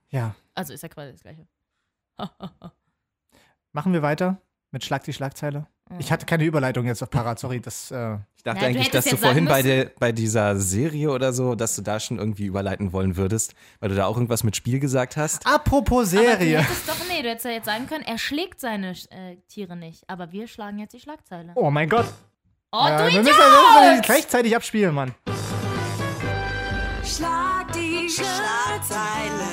B: Ja.
C: Also ist er quasi das Gleiche.
B: Machen wir weiter mit Schlag die Schlagzeile.
C: Mhm.
B: Ich hatte keine Überleitung jetzt auf Parat, sorry. Das, äh,
C: Nein,
D: Ich dachte
C: du
D: eigentlich,
C: hättest
D: dass du
C: jetzt sagen
D: vorhin bei, der, bei dieser Serie oder so, dass du da schon irgendwie überleiten wollen würdest, weil du da auch irgendwas mit Spiel gesagt
B: Ah,
D: hast.
B: apropos
C: Aber du
B: Serie.
C: hättest doch, nee, du hättest ja jetzt sagen können, er schlägt seine äh, Tiere nicht. Aber wir schlagen jetzt die Schlagzeile.
B: Oh mein Gott.
C: Oh,
B: Äh,
C: du
B: wir
C: Idiot!
B: müssen das gleichzeitig abspielen, Mann.
E: Schlag die Schlagzeile.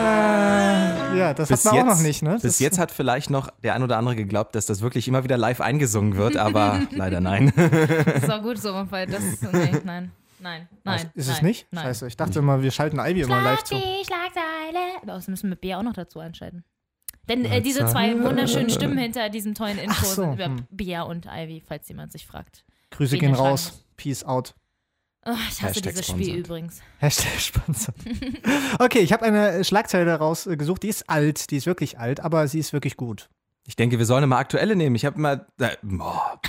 B: Äh, Ja, das hat man auch noch nicht, ne?
D: Bis
B: Das-
D: jetzt hat vielleicht noch der ein oder andere geglaubt, dass das wirklich immer wieder live eingesungen wird, aber leider nein.
C: Das war gut so, weil das. Nee, nein, nein, nein.
B: Ist
C: nein,
B: es nicht?
C: Nein.
B: Scheiße, ich dachte immer, wir schalten Ivy immer live
C: Schlag
B: zu.
C: die Schlagzeile. Aber außerdem müssen wir Bea auch noch dazu einschalten. Denn äh, diese zwei wunderschönen Stimmen hinter diesem tollen Intro
B: so,
C: sind über
B: hm.
C: Bea und Ivy, falls jemand sich fragt.
B: Grüße
C: Wen
B: gehen
C: wir schlagen
B: raus. Peace out.
C: Oh, ich hasse
D: Hashtag
C: dieses Spiel
D: sponsored.
C: übrigens.
B: Hashtag Sponsor. Okay, ich habe eine Schlagzeile rausgesucht. Die ist alt, die ist wirklich alt, aber sie ist wirklich gut.
D: Ich denke, wir sollen immer aktuelle nehmen. Ich habe immer. Da, boah.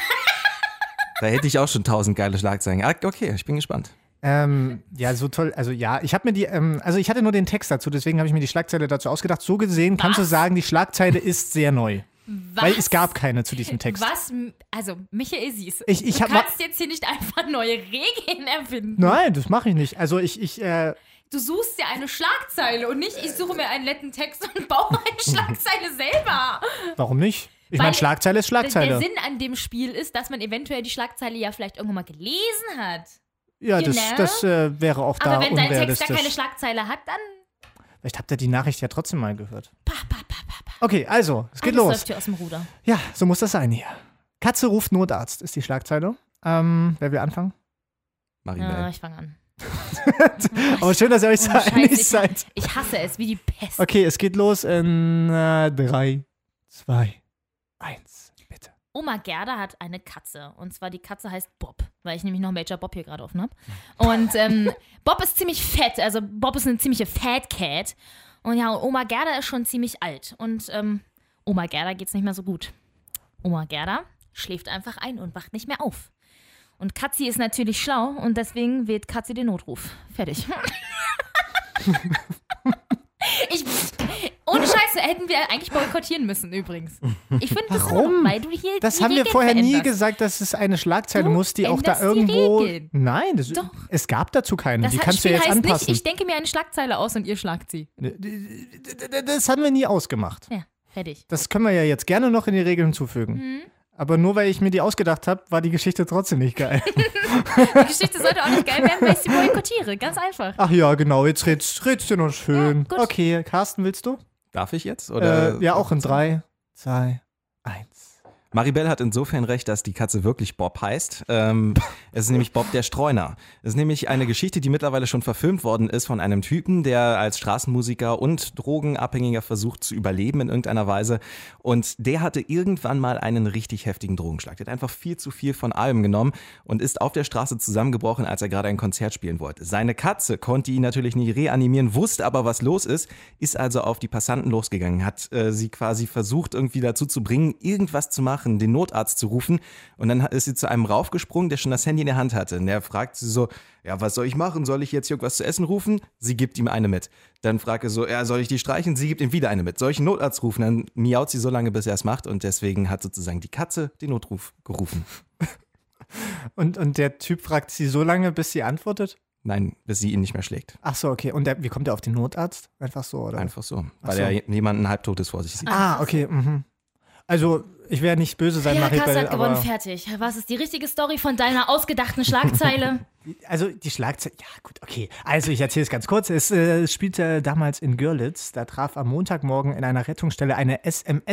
D: da hätte ich auch schon tausend geile Schlagzeilen. Ah, Okay, ich bin gespannt.
B: Ähm, ja, so toll. Also ja, ich habe mir die, ähm, also ich hatte nur den Text dazu, deswegen habe ich mir die Schlagzeile dazu ausgedacht. So gesehen kannst du
C: Was?
B: sagen, die Schlagzeile ist sehr neu,
C: Was?
B: weil es gab keine zu diesem Text.
C: Was? m- Also, Michael Sies.
B: Ich- ich
C: du
B: hab mal-
C: kannst jetzt hier nicht einfach neue Regeln erfinden.
B: Nein, das mache ich nicht. Also ich, ich, äh,
C: Du suchst dir eine Schlagzeile und nicht, ich suche mir einen netten Text und baue eine Schlagzeile selber.
B: warum nicht? Ich
C: Weil-
B: meine, Schlagzeile ist
C: Der
B: Schlagzeile.
C: Sinn an dem Spiel ist, dass man eventuell die Schlagzeile ja vielleicht irgendwann mal gelesen hat.
B: Ja, das,
C: Genau.
B: das äh, wäre auch da
C: Aber wenn dein Text da keine
B: unrealistisch.
C: Schlagzeile hat, dann.
B: Vielleicht habt ihr die Nachricht ja trotzdem mal gehört.
C: Pa, pa, pa, pa, pa.
B: Okay, also, es geht
C: Alles
B: los.
C: Ah, läuft hier aus dem Ruder.
B: Ja, so muss das sein hier. Katze ruft Notarzt, ist die Schlagzeile. Ähm, wer will anfangen?
D: Maribel.
C: Ja, Ah,
B: Ah,
C: ich fange an.
B: Aber Oh, schön, dass ihr euch so
C: Oh, Scheiße,
B: einig
C: ich-
B: seid.
C: Ich hasse es wie die Pest.
B: Okay, es geht los in äh, drei, zwei, eins. Bitte.
C: Oma Gerda hat eine Katze. Und zwar die Katze heißt Bob, weil ich nämlich noch Major Bob hier gerade offen habe. Und ähm, Bob ist ziemlich fett. Also Bob ist eine ziemliche Fat Cat. Und ja, und Oma Gerda ist schon ziemlich alt. Und ähm, Oma Gerda geht's nicht mehr so gut. Oma Gerda schläft einfach ein und wacht nicht mehr auf. Und Katzi ist natürlich schlau und deswegen wählt Katzi den Notruf. Fertig. ich, ohne Scheiße hätten wir eigentlich boykottieren müssen übrigens. Ich finde das
B: Warum?
C: weil du hier
B: Das
C: die
B: haben wir
C: Regeln
B: vorher nie
C: veränderst.
B: gesagt, dass es eine Schlagzeile
C: Du
B: muss, die auch da
C: änderst die
B: irgendwo.
C: Regeln.
B: Nein, das,
C: Doch.
B: es gab dazu keine.
C: Das
B: die
C: hat-
B: kannst du
C: Spiel
B: jetzt
C: heißt
B: anpassen.
C: Nicht, ich denke mir eine Schlagzeile aus und ihr schlagt sie.
B: das haben wir nie ausgemacht.
C: Ja, fertig.
B: Das können wir ja jetzt gerne noch in die Regeln
C: Mhm.
B: hinzufügen. Aber nur weil ich mir die ausgedacht habe, war die Geschichte trotzdem nicht geil.
C: Die Geschichte sollte auch nicht geil werden, weil ich sie boykottiere. Ganz einfach.
B: Ach ja, genau, jetzt redst, redst du noch schön.
C: Ja, gut.
B: okay, Carsten, willst du?
D: Darf ich jetzt? Oder?
B: Äh, ja, auch in drei, zwei, eins.
D: Maribel hat insofern recht, dass die Katze wirklich Bob heißt. Ähm, es ist nämlich Bob der Streuner. Es ist nämlich eine Geschichte, die mittlerweile schon verfilmt worden ist von einem Typen, der als Straßenmusiker und Drogenabhängiger versucht zu überleben in irgendeiner Weise. Und der hatte irgendwann mal einen richtig heftigen Drogenschlag. Der hat einfach viel zu viel von allem genommen und ist auf der Straße zusammengebrochen, als er gerade ein Konzert spielen wollte. Seine Katze konnte ihn natürlich nicht reanimieren, wusste aber, was los ist, ist also auf die Passanten losgegangen, hat äh, sie quasi versucht, irgendwie dazu zu bringen, irgendwas zu machen, den Notarzt zu rufen. Und dann hat- ist sie zu einem raufgesprungen, der schon das Handy in der Hand hatte. Und der fragt sie so, ja, was soll ich machen? Soll ich jetzt irgendwas zu essen rufen? Sie gibt ihm eine mit. Dann fragt er so, ja, soll ich die streichen? Sie gibt ihm wieder eine mit. Soll ich einen Notarzt rufen? Dann miaut sie so lange, bis er es macht. Und deswegen hat sozusagen die Katze den Notruf gerufen.
B: Und, und der Typ fragt sie so lange, bis sie antwortet?
D: Nein, bis sie ihn nicht mehr schlägt.
B: Ach so, okay. Und der, wie kommt der auf den Notarzt? Einfach so, oder?
D: Einfach so.
B: Ach
D: Weil
B: so.
D: er jemanden halbtotes vor sich sieht.
B: Ah, okay. Mhm. Also, ich wäre nicht böse sein,
C: Pia
B: Marie
C: Kass
B: Bell,
C: hat gewonnen,
B: aber.
C: fertig. Was ist die richtige Story von deiner ausgedachten Schlagzeile?
B: Also, die Schlagzeile. Ja, gut, okay. Also, ich erzähle es ganz kurz. Es äh, spielte damals in Görlitz. Da traf am Montagmorgen in einer Rettungsstelle eine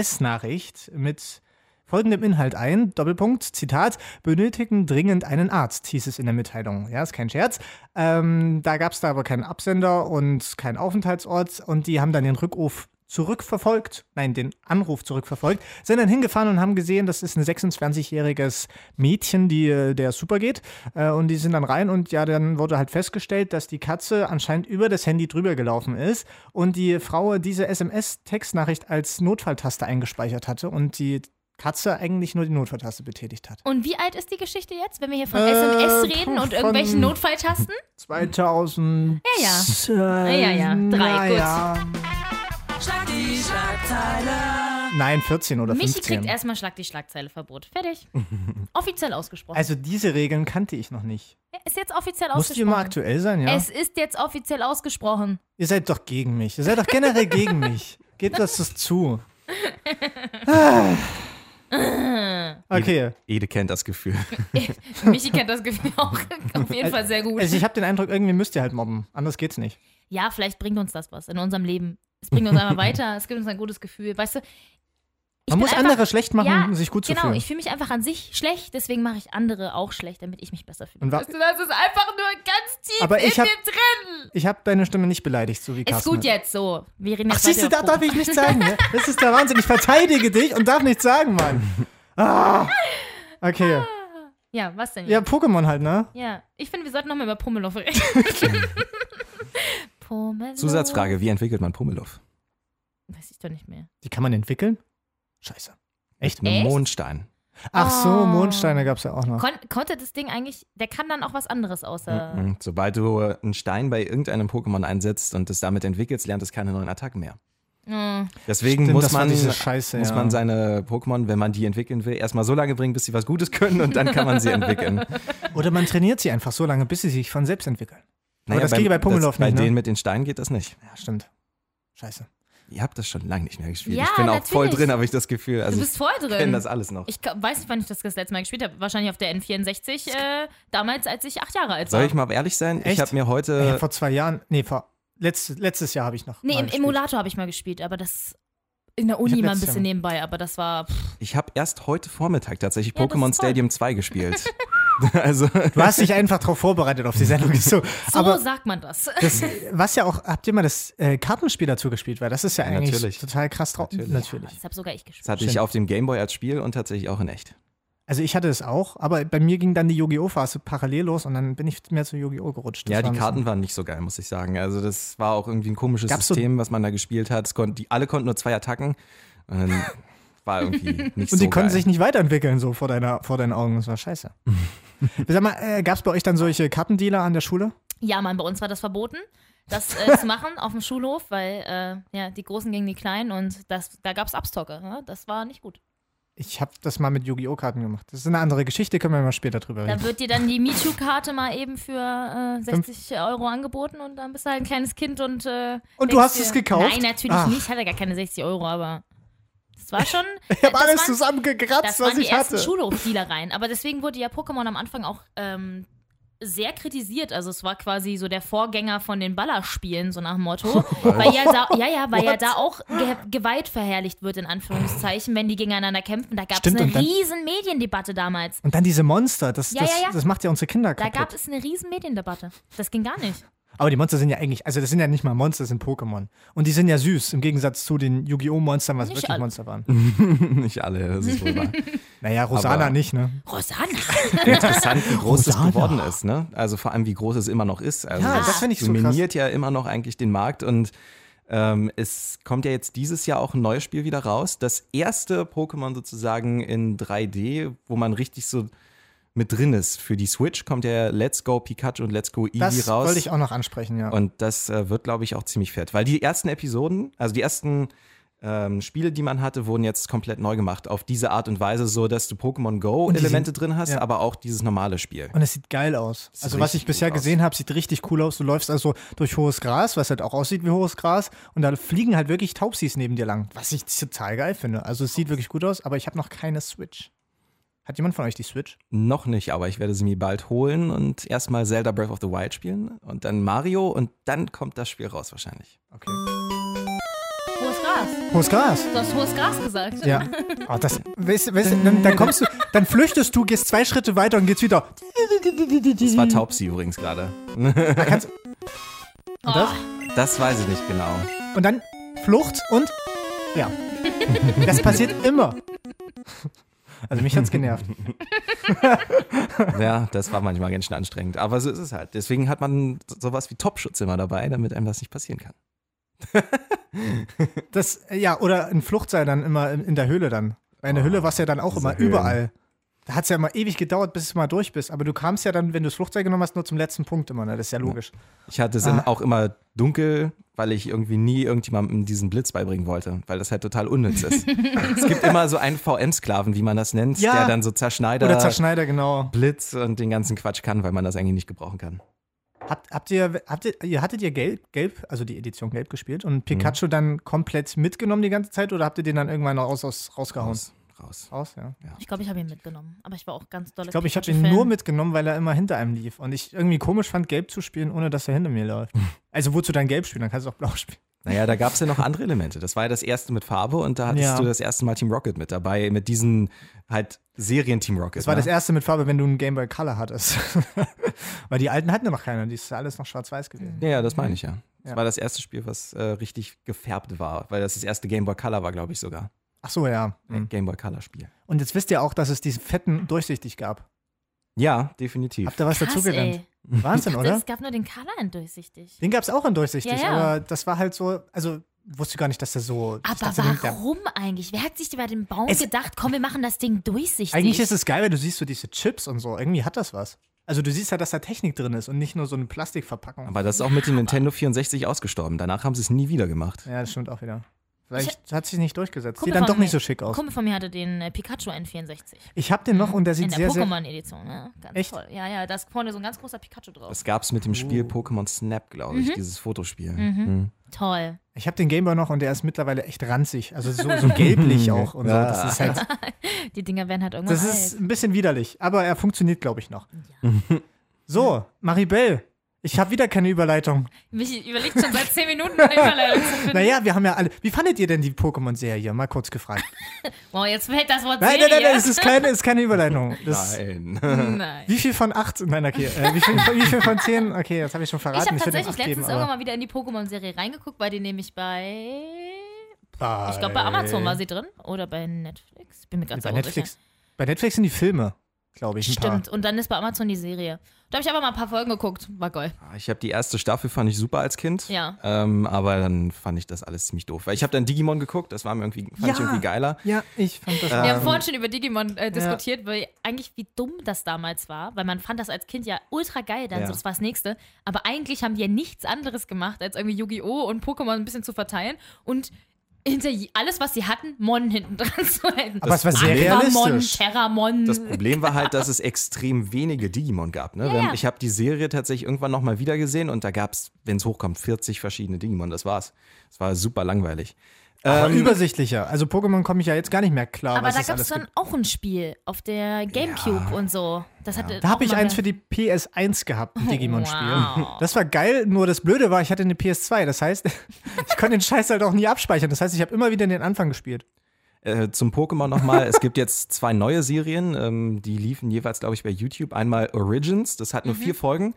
B: SMS-Nachricht mit folgendem Inhalt ein. Doppelpunkt, Zitat, benötigen dringend einen Arzt, hieß es in der Mitteilung. Ja, ist kein Scherz. Ähm, da gab es da aber keinen Absender und keinen Aufenthaltsort und die haben dann den Rückruf zurückverfolgt, nein, den Anruf zurückverfolgt, sind dann hingefahren und haben gesehen, das ist ein 26-jähriges Mädchen, die äh, der super geht äh, und die sind dann rein und ja, dann wurde halt festgestellt, dass die Katze anscheinend über das Handy drüber gelaufen ist und die Frau diese SMS-Textnachricht als Notfalltaste eingespeichert hatte und die Katze eigentlich nur die Notfalltaste betätigt hat.
C: Und wie alt ist die Geschichte jetzt, wenn wir hier von
B: Äh,
C: SMS reden
B: puh,
C: und irgendwelchen
B: von-
C: Notfalltasten?
B: 2000.
C: Ja,
B: ja.
C: Ja, ja, drei, gut.
E: Schlag die Schlagzeile.
B: Nein, 14 oder
C: Michi
B: 15.
C: kriegt erstmal Schlag die Schlagzeileverbot. Fertig. offiziell ausgesprochen.
B: also diese Regeln kannte ich noch nicht.
C: ist jetzt offiziell
B: Muss die immer
C: ausgesprochen.
B: aktuell sein, ja?
C: Es ist jetzt offiziell ausgesprochen.
B: Ihr seid doch gegen mich. Ihr seid doch generell gegen mich. Geht das das zu? okay.
D: Ede kennt das Gefühl.
C: Michi kennt das Gefühl auch auf jeden Fall sehr gut.
B: Also ich habe den Eindruck, irgendwie müsst ihr halt mobben. Anders geht's nicht.
C: ja, vielleicht bringt uns das was in unserem Leben. Es bringt uns einfach weiter, es gibt uns ein gutes Gefühl. Weißt du, ich
B: Man
C: bin
B: muss
C: einfach-
B: andere schlecht machen,
C: Ja,
B: um sich gut
C: genau,
B: zu fühlen.
C: ich fühle mich einfach an sich schlecht, deswegen mache ich andere auch schlecht, damit ich mich besser fühle.
B: Und wa-
C: Weißt du, das ist einfach nur ganz tief
B: Aber ich
C: in
B: hab-
C: mir drin.
B: ich habe deine Stimme nicht beleidigt, so wie
C: Ist
B: Carsten.
C: gut jetzt so. Wir reden
B: Ach,
C: jetzt
B: siehst du,
C: weiter
B: da
C: über
B: darf ich nichts sagen. Ne? Das ist der Wahnsinn. Ich verteidige dich und darf nichts sagen, Mann. Ah. Okay.
C: Ja, was denn?
B: Ja, Pokémon halt, ne?
C: ja. ich finde, wir sollten nochmal über Pummelow reden. Pummelow.
D: Zusatzfrage, wie entwickelt man Pummeluff?
C: Weiß ich doch nicht mehr.
B: Die kann man entwickeln? Scheiße. Echt?
D: Mit einem
C: Echt?
D: Mondstein.
B: Ach so,
C: Oh.
B: Mondsteine gab's ja auch noch.
C: Kon konnte das Ding eigentlich, der kann dann auch was anderes außer.
D: Mhm. Sobald du einen Stein bei irgendeinem Pokémon einsetzt und es damit entwickelst, lernt es keine neuen Attacken mehr.
C: Mm.
D: Deswegen
B: Stimmt,
D: muss,
B: das war
D: man,
B: diese Scheiße,
D: muss
B: ja.
D: man seine Pokémon, wenn man die entwickeln will, erstmal so lange bringen, bis sie was Gutes können und dann kann man sie entwickeln.
B: Oder man trainiert sie einfach so lange, bis sie sich von selbst entwickeln. Aber
D: Naja,
B: das ging ja bei Pummeluff
D: das- Bei
B: nicht, ne?
D: denen mit den Steinen geht das nicht.
B: Ja, stimmt. Scheiße.
D: Ihr habt das schon lange nicht mehr gespielt.
C: Ja,
D: ich bin auch voll
C: natürlich.
D: drin, habe ich das Gefühl. Also
C: du bist voll
D: ich kenne
C: drin.
D: das alles noch.
C: Ich ka- weiß nicht, wann ich das das letzte Mal gespielt habe. Wahrscheinlich auf der N64, äh, damals, als ich acht Jahre alt war.
D: Soll ich mal ehrlich sein?
B: Echt?
D: Ich habe mir
B: Ey,
D: heute.
B: vor zwei Jahren, nee, vor letztes, letztes Jahr habe ich noch.
C: nee,
B: mal
C: im
B: gespielt.
C: Emulator habe ich mal gespielt, aber das in der Uni
B: hab
C: mal ein
B: letztes Jahr
C: bisschen nebenbei, aber das war. Pff,
D: Ich habe erst heute Vormittag tatsächlich
C: Ja, das
D: Pokémon
C: ist toll.
D: Stadium 2 gespielt. also,
B: Du hast dich einfach darauf vorbereitet auf die Sendung. Ist So.
C: so
B: Aber
C: sagt man das.
B: das, was ja auch, habt ihr mal das äh, Kartenspiel dazu gespielt? Weil das ist ja eigentlich
D: Natürlich.
B: total krass drauf.
D: Natürlich.
B: Natürlich.
C: Das habe sogar ich gespielt.
D: das hatte ich
B: Schön.
D: auf dem Gameboy als Spiel und tatsächlich auch in echt.
B: Also ich hatte es auch, aber bei mir ging dann die Yu-Gi-Oh! Phase parallel los und dann bin ich mehr zu Yu-Gi-Oh! gerutscht. Das
D: ja,
B: war
D: die
B: ein bisschen-
D: Karten waren nicht so geil, muss ich sagen. Also, das war auch irgendwie ein komisches
B: Gab's so-
D: System, was man da gespielt hat. Es konnten- die, alle konnten nur zwei Attacken. Und dann war irgendwie nicht so.
B: Und die konnten
D: geil.
B: sich nicht weiterentwickeln, so vor, deiner, vor deinen Augen. Das war scheiße. Sag mal, äh, gab es bei euch dann solche Kartendealer an der Schule?
C: Ja, Mann, bei uns war das verboten, das äh, zu machen auf dem Schulhof, weil äh, ja, die Großen gegen die Kleinen und das, da gab es Abstocke. Ne? Das war nicht gut.
B: Ich habe das mal mit Yu-Gi-Oh! Karten gemacht. Das ist eine andere Geschichte, können wir mal später drüber
C: Da
B: reden.
C: wird dir dann die MeToo-Karte mal eben für äh, 60 Euro angeboten und dann bist du halt ein kleines Kind und. Äh,
B: Und du
C: denkst
B: hast
C: dir-
B: es gekauft?
C: Nein, natürlich
B: Ach.
C: nicht. Ich hatte gar keine 60 Euro, aber. Das war schon.
B: Ich habe
C: das
B: alles
C: waren- Das
B: zusammengekratzt, was
C: waren die
B: ich
C: ersten
B: hatte.
C: Schulhofdealereien. Aber deswegen wurde ja Pokémon am Anfang auch ähm, sehr kritisiert. Also es war quasi so der Vorgänger von den Ballerspielen, so nach dem Motto. weil ja, da, ja, ja, weil ja da auch Ge Gewalt verherrlicht wird, in Anführungszeichen, wenn die gegeneinander kämpfen. Da gab es
B: Stimmt,
C: eine
B: und dann-
C: riesen Mediendebatte damals.
B: Und dann diese Monster, das,
C: Ja,
B: das,
C: ja, ja.
B: das macht ja unsere Kinder
C: Da gab
B: kaputt.
C: es eine riesen Mediendebatte. Das ging gar nicht.
B: Aber die Monster sind ja eigentlich, also das sind ja nicht mal Monster, das sind Pokémon. Und die sind ja süß, im Gegensatz zu den Yu-Gi-Oh! Monstern, was
C: Nicht
B: wirklich
C: alle.
B: Monster waren.
D: Nicht alle, das ist wohl wahr.
B: Naja, Rosana
D: Mhm. Aber-
B: nicht, ne?
C: Rosanna.
D: Interessant, wie groß es
B: Rosana.
D: geworden ist, ne? Also vor allem, wie groß es immer noch ist. Also
B: Ja, das finde ich so krass.
D: dominiert ja immer noch eigentlich den Markt und ähm, es kommt ja jetzt dieses Jahr auch ein neues Spiel wieder raus. Das erste Pokémon sozusagen in 3D, wo man richtig so mit drin ist. Für die Switch kommt ja Let's Go Pikachu und Let's Go Eevee
B: Das
D: raus.
B: wollte ich auch noch ansprechen, ja.
D: Und das äh, wird, glaube ich, auch ziemlich fett. Weil die ersten Episoden, also die ersten äh, ähm, Spiele, die man hatte, wurden jetzt komplett neu gemacht. Auf diese Art und Weise, so dass du Pokémon Go-Elemente
B: sind-
D: drin hast,
B: ja.
D: aber auch dieses normale Spiel.
B: Und es sieht geil aus. also, was
D: richtig
B: ich bisher
D: gut aus.
B: gesehen habe, sieht richtig cool aus. Du läufst also durch hohes Gras, was halt auch aussieht wie hohes Gras. Und da fliegen halt wirklich Taubsis neben dir lang, was ich total geil finde. Also, es sieht wirklich gut aus, aber ich habe noch keine Switch. Hat jemand von euch die Switch?
D: Noch nicht, aber ich werde sie mir bald holen und erstmal Zelda Breath of the Wild spielen und dann Mario und dann kommt das Spiel raus wahrscheinlich.
B: Okay.
C: Hohes Gras.
B: Hohes Gras.
C: Du hast hohes Gras gesagt.
B: Ja. Oh, das, weißt, du- weißt, du, dann, dann kommst du, dann flüchtest du, gehst zwei Schritte weiter und gehst wieder.
D: Das war Taubsi übrigens gerade.
B: Da kannst,
C: Oh,
B: das?
D: Das weiß ich nicht genau.
B: und dann Flucht und. Ja. Das passiert immer. Also, mich hat's genervt.
D: Ja, das war manchmal ganz schön anstrengend. Aber so ist es halt. Deswegen hat man so- sowas wie Topschutz immer dabei, damit einem das nicht passieren kann.
B: Das, äh, ja, oder ein Fluchtseil dann immer in, in der Höhle dann. Weil in der Höhle war es ja dann auch
D: diese
B: immer
D: Höhlen.
B: überall. Da hat es ja immer ewig gedauert, bis du mal durch bist. Aber du kamst ja dann, wenn du das Fluchtseil genommen hast, nur zum letzten Punkt immer. Ne? Das ist ja logisch.
D: Ich hatte
B: Ah.
D: es auch immer dunkel, weil ich irgendwie nie irgendjemandem diesen Blitz beibringen wollte, weil das halt total unnütz ist. es gibt immer so einen VM-Sklaven, wie man das nennt,
B: Ja.
D: der dann so Zerschneider,
B: Oder Zerschneider, genau.
D: Blitz und den ganzen Quatsch kann, weil man das eigentlich nicht gebrauchen kann.
B: Habt, habt, ihr, habt ihr, ihr, hattet ihr Gelb, Gelb, also die Edition Gelb gespielt und Pikachu dann komplett mitgenommen die ganze Zeit oder habt ihr den dann irgendwann raus, aus, rausgehauen? Raus,
D: Raus, raus.
B: ja.
C: ich glaube, ich habe ihn mitgenommen. Aber ich war auch ganz doll.
B: Ich glaube, ich habe ihn nur mitgenommen, weil er immer hinter einem lief. Und ich irgendwie komisch fand, Gelb zu spielen, ohne dass er hinter mir läuft. Also wozu dann Gelb spielen? Dann kannst du auch Blau spielen.
D: Naja, da gab es ja noch andere Elemente. Das war ja das erste mit Farbe und da hattest
B: Ja.
D: du das erste Mal Team Rocket mit dabei, mit diesen halt Serien-Team Rocket.
B: Das war
D: ne?
B: das erste mit Farbe, wenn du einen Game Boy Color hattest. Weil die alten hatten ja noch keine, die ist ja alles noch schwarz-weiß gewesen.
D: Ja, ja, das meine ich ja. Das
B: Ja.
D: war das erste Spiel, was äh, richtig gefärbt war, weil das das erste Game Boy Color war, glaube ich sogar.
B: Ach so, ja. Mhm.
D: Ein Game Boy Color Spiel.
B: Und jetzt wisst ihr auch, dass es diesen fetten durchsichtig gab.
D: Ja, definitiv.
B: Habt ihr was
C: Krass,
B: dazugelernt?
C: ey.
B: Wahnsinn, oder?
C: Es gab nur den Color in durchsichtig.
B: Den gab es auch in durchsichtig,
C: Ja, ja.
B: aber das war halt so, also wusste ich gar nicht, dass der so. ich
C: Aber
B: dachte, den- der-
C: warum eigentlich? Wer hat sich bei dem Baum
B: Es-
C: gedacht, komm, wir machen das Ding durchsichtig?
B: Eigentlich ist es geil, weil du siehst so diese Chips und so. Irgendwie hat das was. Also du siehst ja, dass da Technik drin ist und nicht nur so eine Plastikverpackung.
D: Aber das ist auch mit dem Nintendo 64 ausgestorben. Danach haben sie es nie wieder gemacht.
B: ja, das stimmt auch wieder. Vielleicht hat sich nicht durchgesetzt.
C: Kumpel
B: Sieht dann
C: von
B: doch nicht so
C: mir-
B: schick aus.
C: Kumpel von mir hatte den äh, Pikachu N64.
B: Ich hab den noch und der sieht
C: In
B: sehr,
C: der
B: sehr.
C: Pokémon-Edition, ne? Ganz
B: Echt?
C: toll. Ja, ja, da ist vorne so ein ganz großer Pikachu drauf.
D: Das gab es mit dem Spiel Pokémon Snap, glaube ich, dieses Fotospiel. Mhm.
C: toll.
B: Ich habe den Gameboy noch und der ist mittlerweile echt ranzig. Also so, so gelblich auch und so. Das ist halt,
C: Die Dinger werden halt irgendwann
B: das ist
C: alt.
B: ein bisschen widerlich, aber er funktioniert, glaube ich, noch. So, Maribel, ich habe wieder keine Überleitung.
C: Mich überlegt schon seit 10 Minuten eine Überleitung zu finden.
B: Naja, wir haben ja alle. Wie fandet ihr denn die Pokémon-Serie? Mal kurz gefragt.
C: Wow, jetzt fällt das Wort
B: Nein, nein,
C: Serie.
B: nein, nein, es ist keine, es ist keine Überleitung. Das,
D: Nein.
C: Nein.
B: wie viel von acht? Nein, okay. Äh, wie, viel, wie viel von zehn? Okay, das habe ich schon
C: Ich
B: verraten.
C: habe
B: würd ihm
C: tatsächlich
B: acht geben,
C: letztens
B: aber-
C: irgendwann mal wieder in die Pokémon-Serie reingeguckt, weil die nämlich bei. Ich glaube, bei Amazon war sie drin. Oder bei Netflix. Ich Bin mir ganz
B: Bei
C: sauer
B: Netflix, bei Netflix sind die Filme, glaube ich. Ein
C: sicher.
B: paar.
C: Stimmt. Und dann ist bei Amazon die Serie. Da habe ich aber mal ein paar Folgen geguckt. War geil.
D: Ah, Ich habe die erste Staffel, fand ich super als Kind.
C: Ja.
D: Ähm, aber dann fand ich das alles ziemlich doof. Weil ich habe dann Digimon geguckt, das war mir irgendwie, fand ich
B: Ja.
D: irgendwie geiler.
B: Ja, ich fand das.
C: Wir haben vorhin schon über Digimon äh, diskutiert, weil eigentlich wie dumm das damals war, weil man fand das als Kind ja ultra geil dann,
D: Ja.
C: so das war das Nächste. Aber eigentlich haben die ja nichts anderes gemacht, als irgendwie Yu-Gi-Oh! und Pokémon ein bisschen zu verteilen und hinter je- alles, was sie hatten, Mon hinten dran zu halten.
B: aber es war sehr
C: Aquamon,
B: realistisch.
C: Terramon.
D: Das Problem war halt, dass es extrem wenige Digimon gab. Ne? Wenn-
C: ja.
D: Ich habe die Serie tatsächlich irgendwann nochmal wieder gesehen und da gab es, wenn es hochkommt, 40 verschiedene Digimon. Das war's. Es war super langweilig.
B: Aber übersichtlicher. Also Pokémon komme ich ja jetzt gar nicht mehr klar.
C: aber
B: was
C: da
B: es
C: gab es
B: alles
C: dann
B: gibt.
C: auch ein Spiel auf der Gamecube und so. Das hatte
B: Da
C: auch
B: habe ich
C: mal
B: eins
C: mehr-
B: für die PS1 gehabt, ein Digimon-Spiel.
C: wow.
B: Das war geil, nur das Blöde war, ich hatte eine PS2. Das heißt, ich konnte den Scheiß halt auch nie abspeichern. Das heißt, ich habe immer wieder den Anfang gespielt.
D: Äh, zum Pokémon nochmal. es gibt jetzt zwei neue Serien, ähm, die liefen jeweils, glaube ich, bei YouTube. Einmal Origins, das hat nur vier Folgen.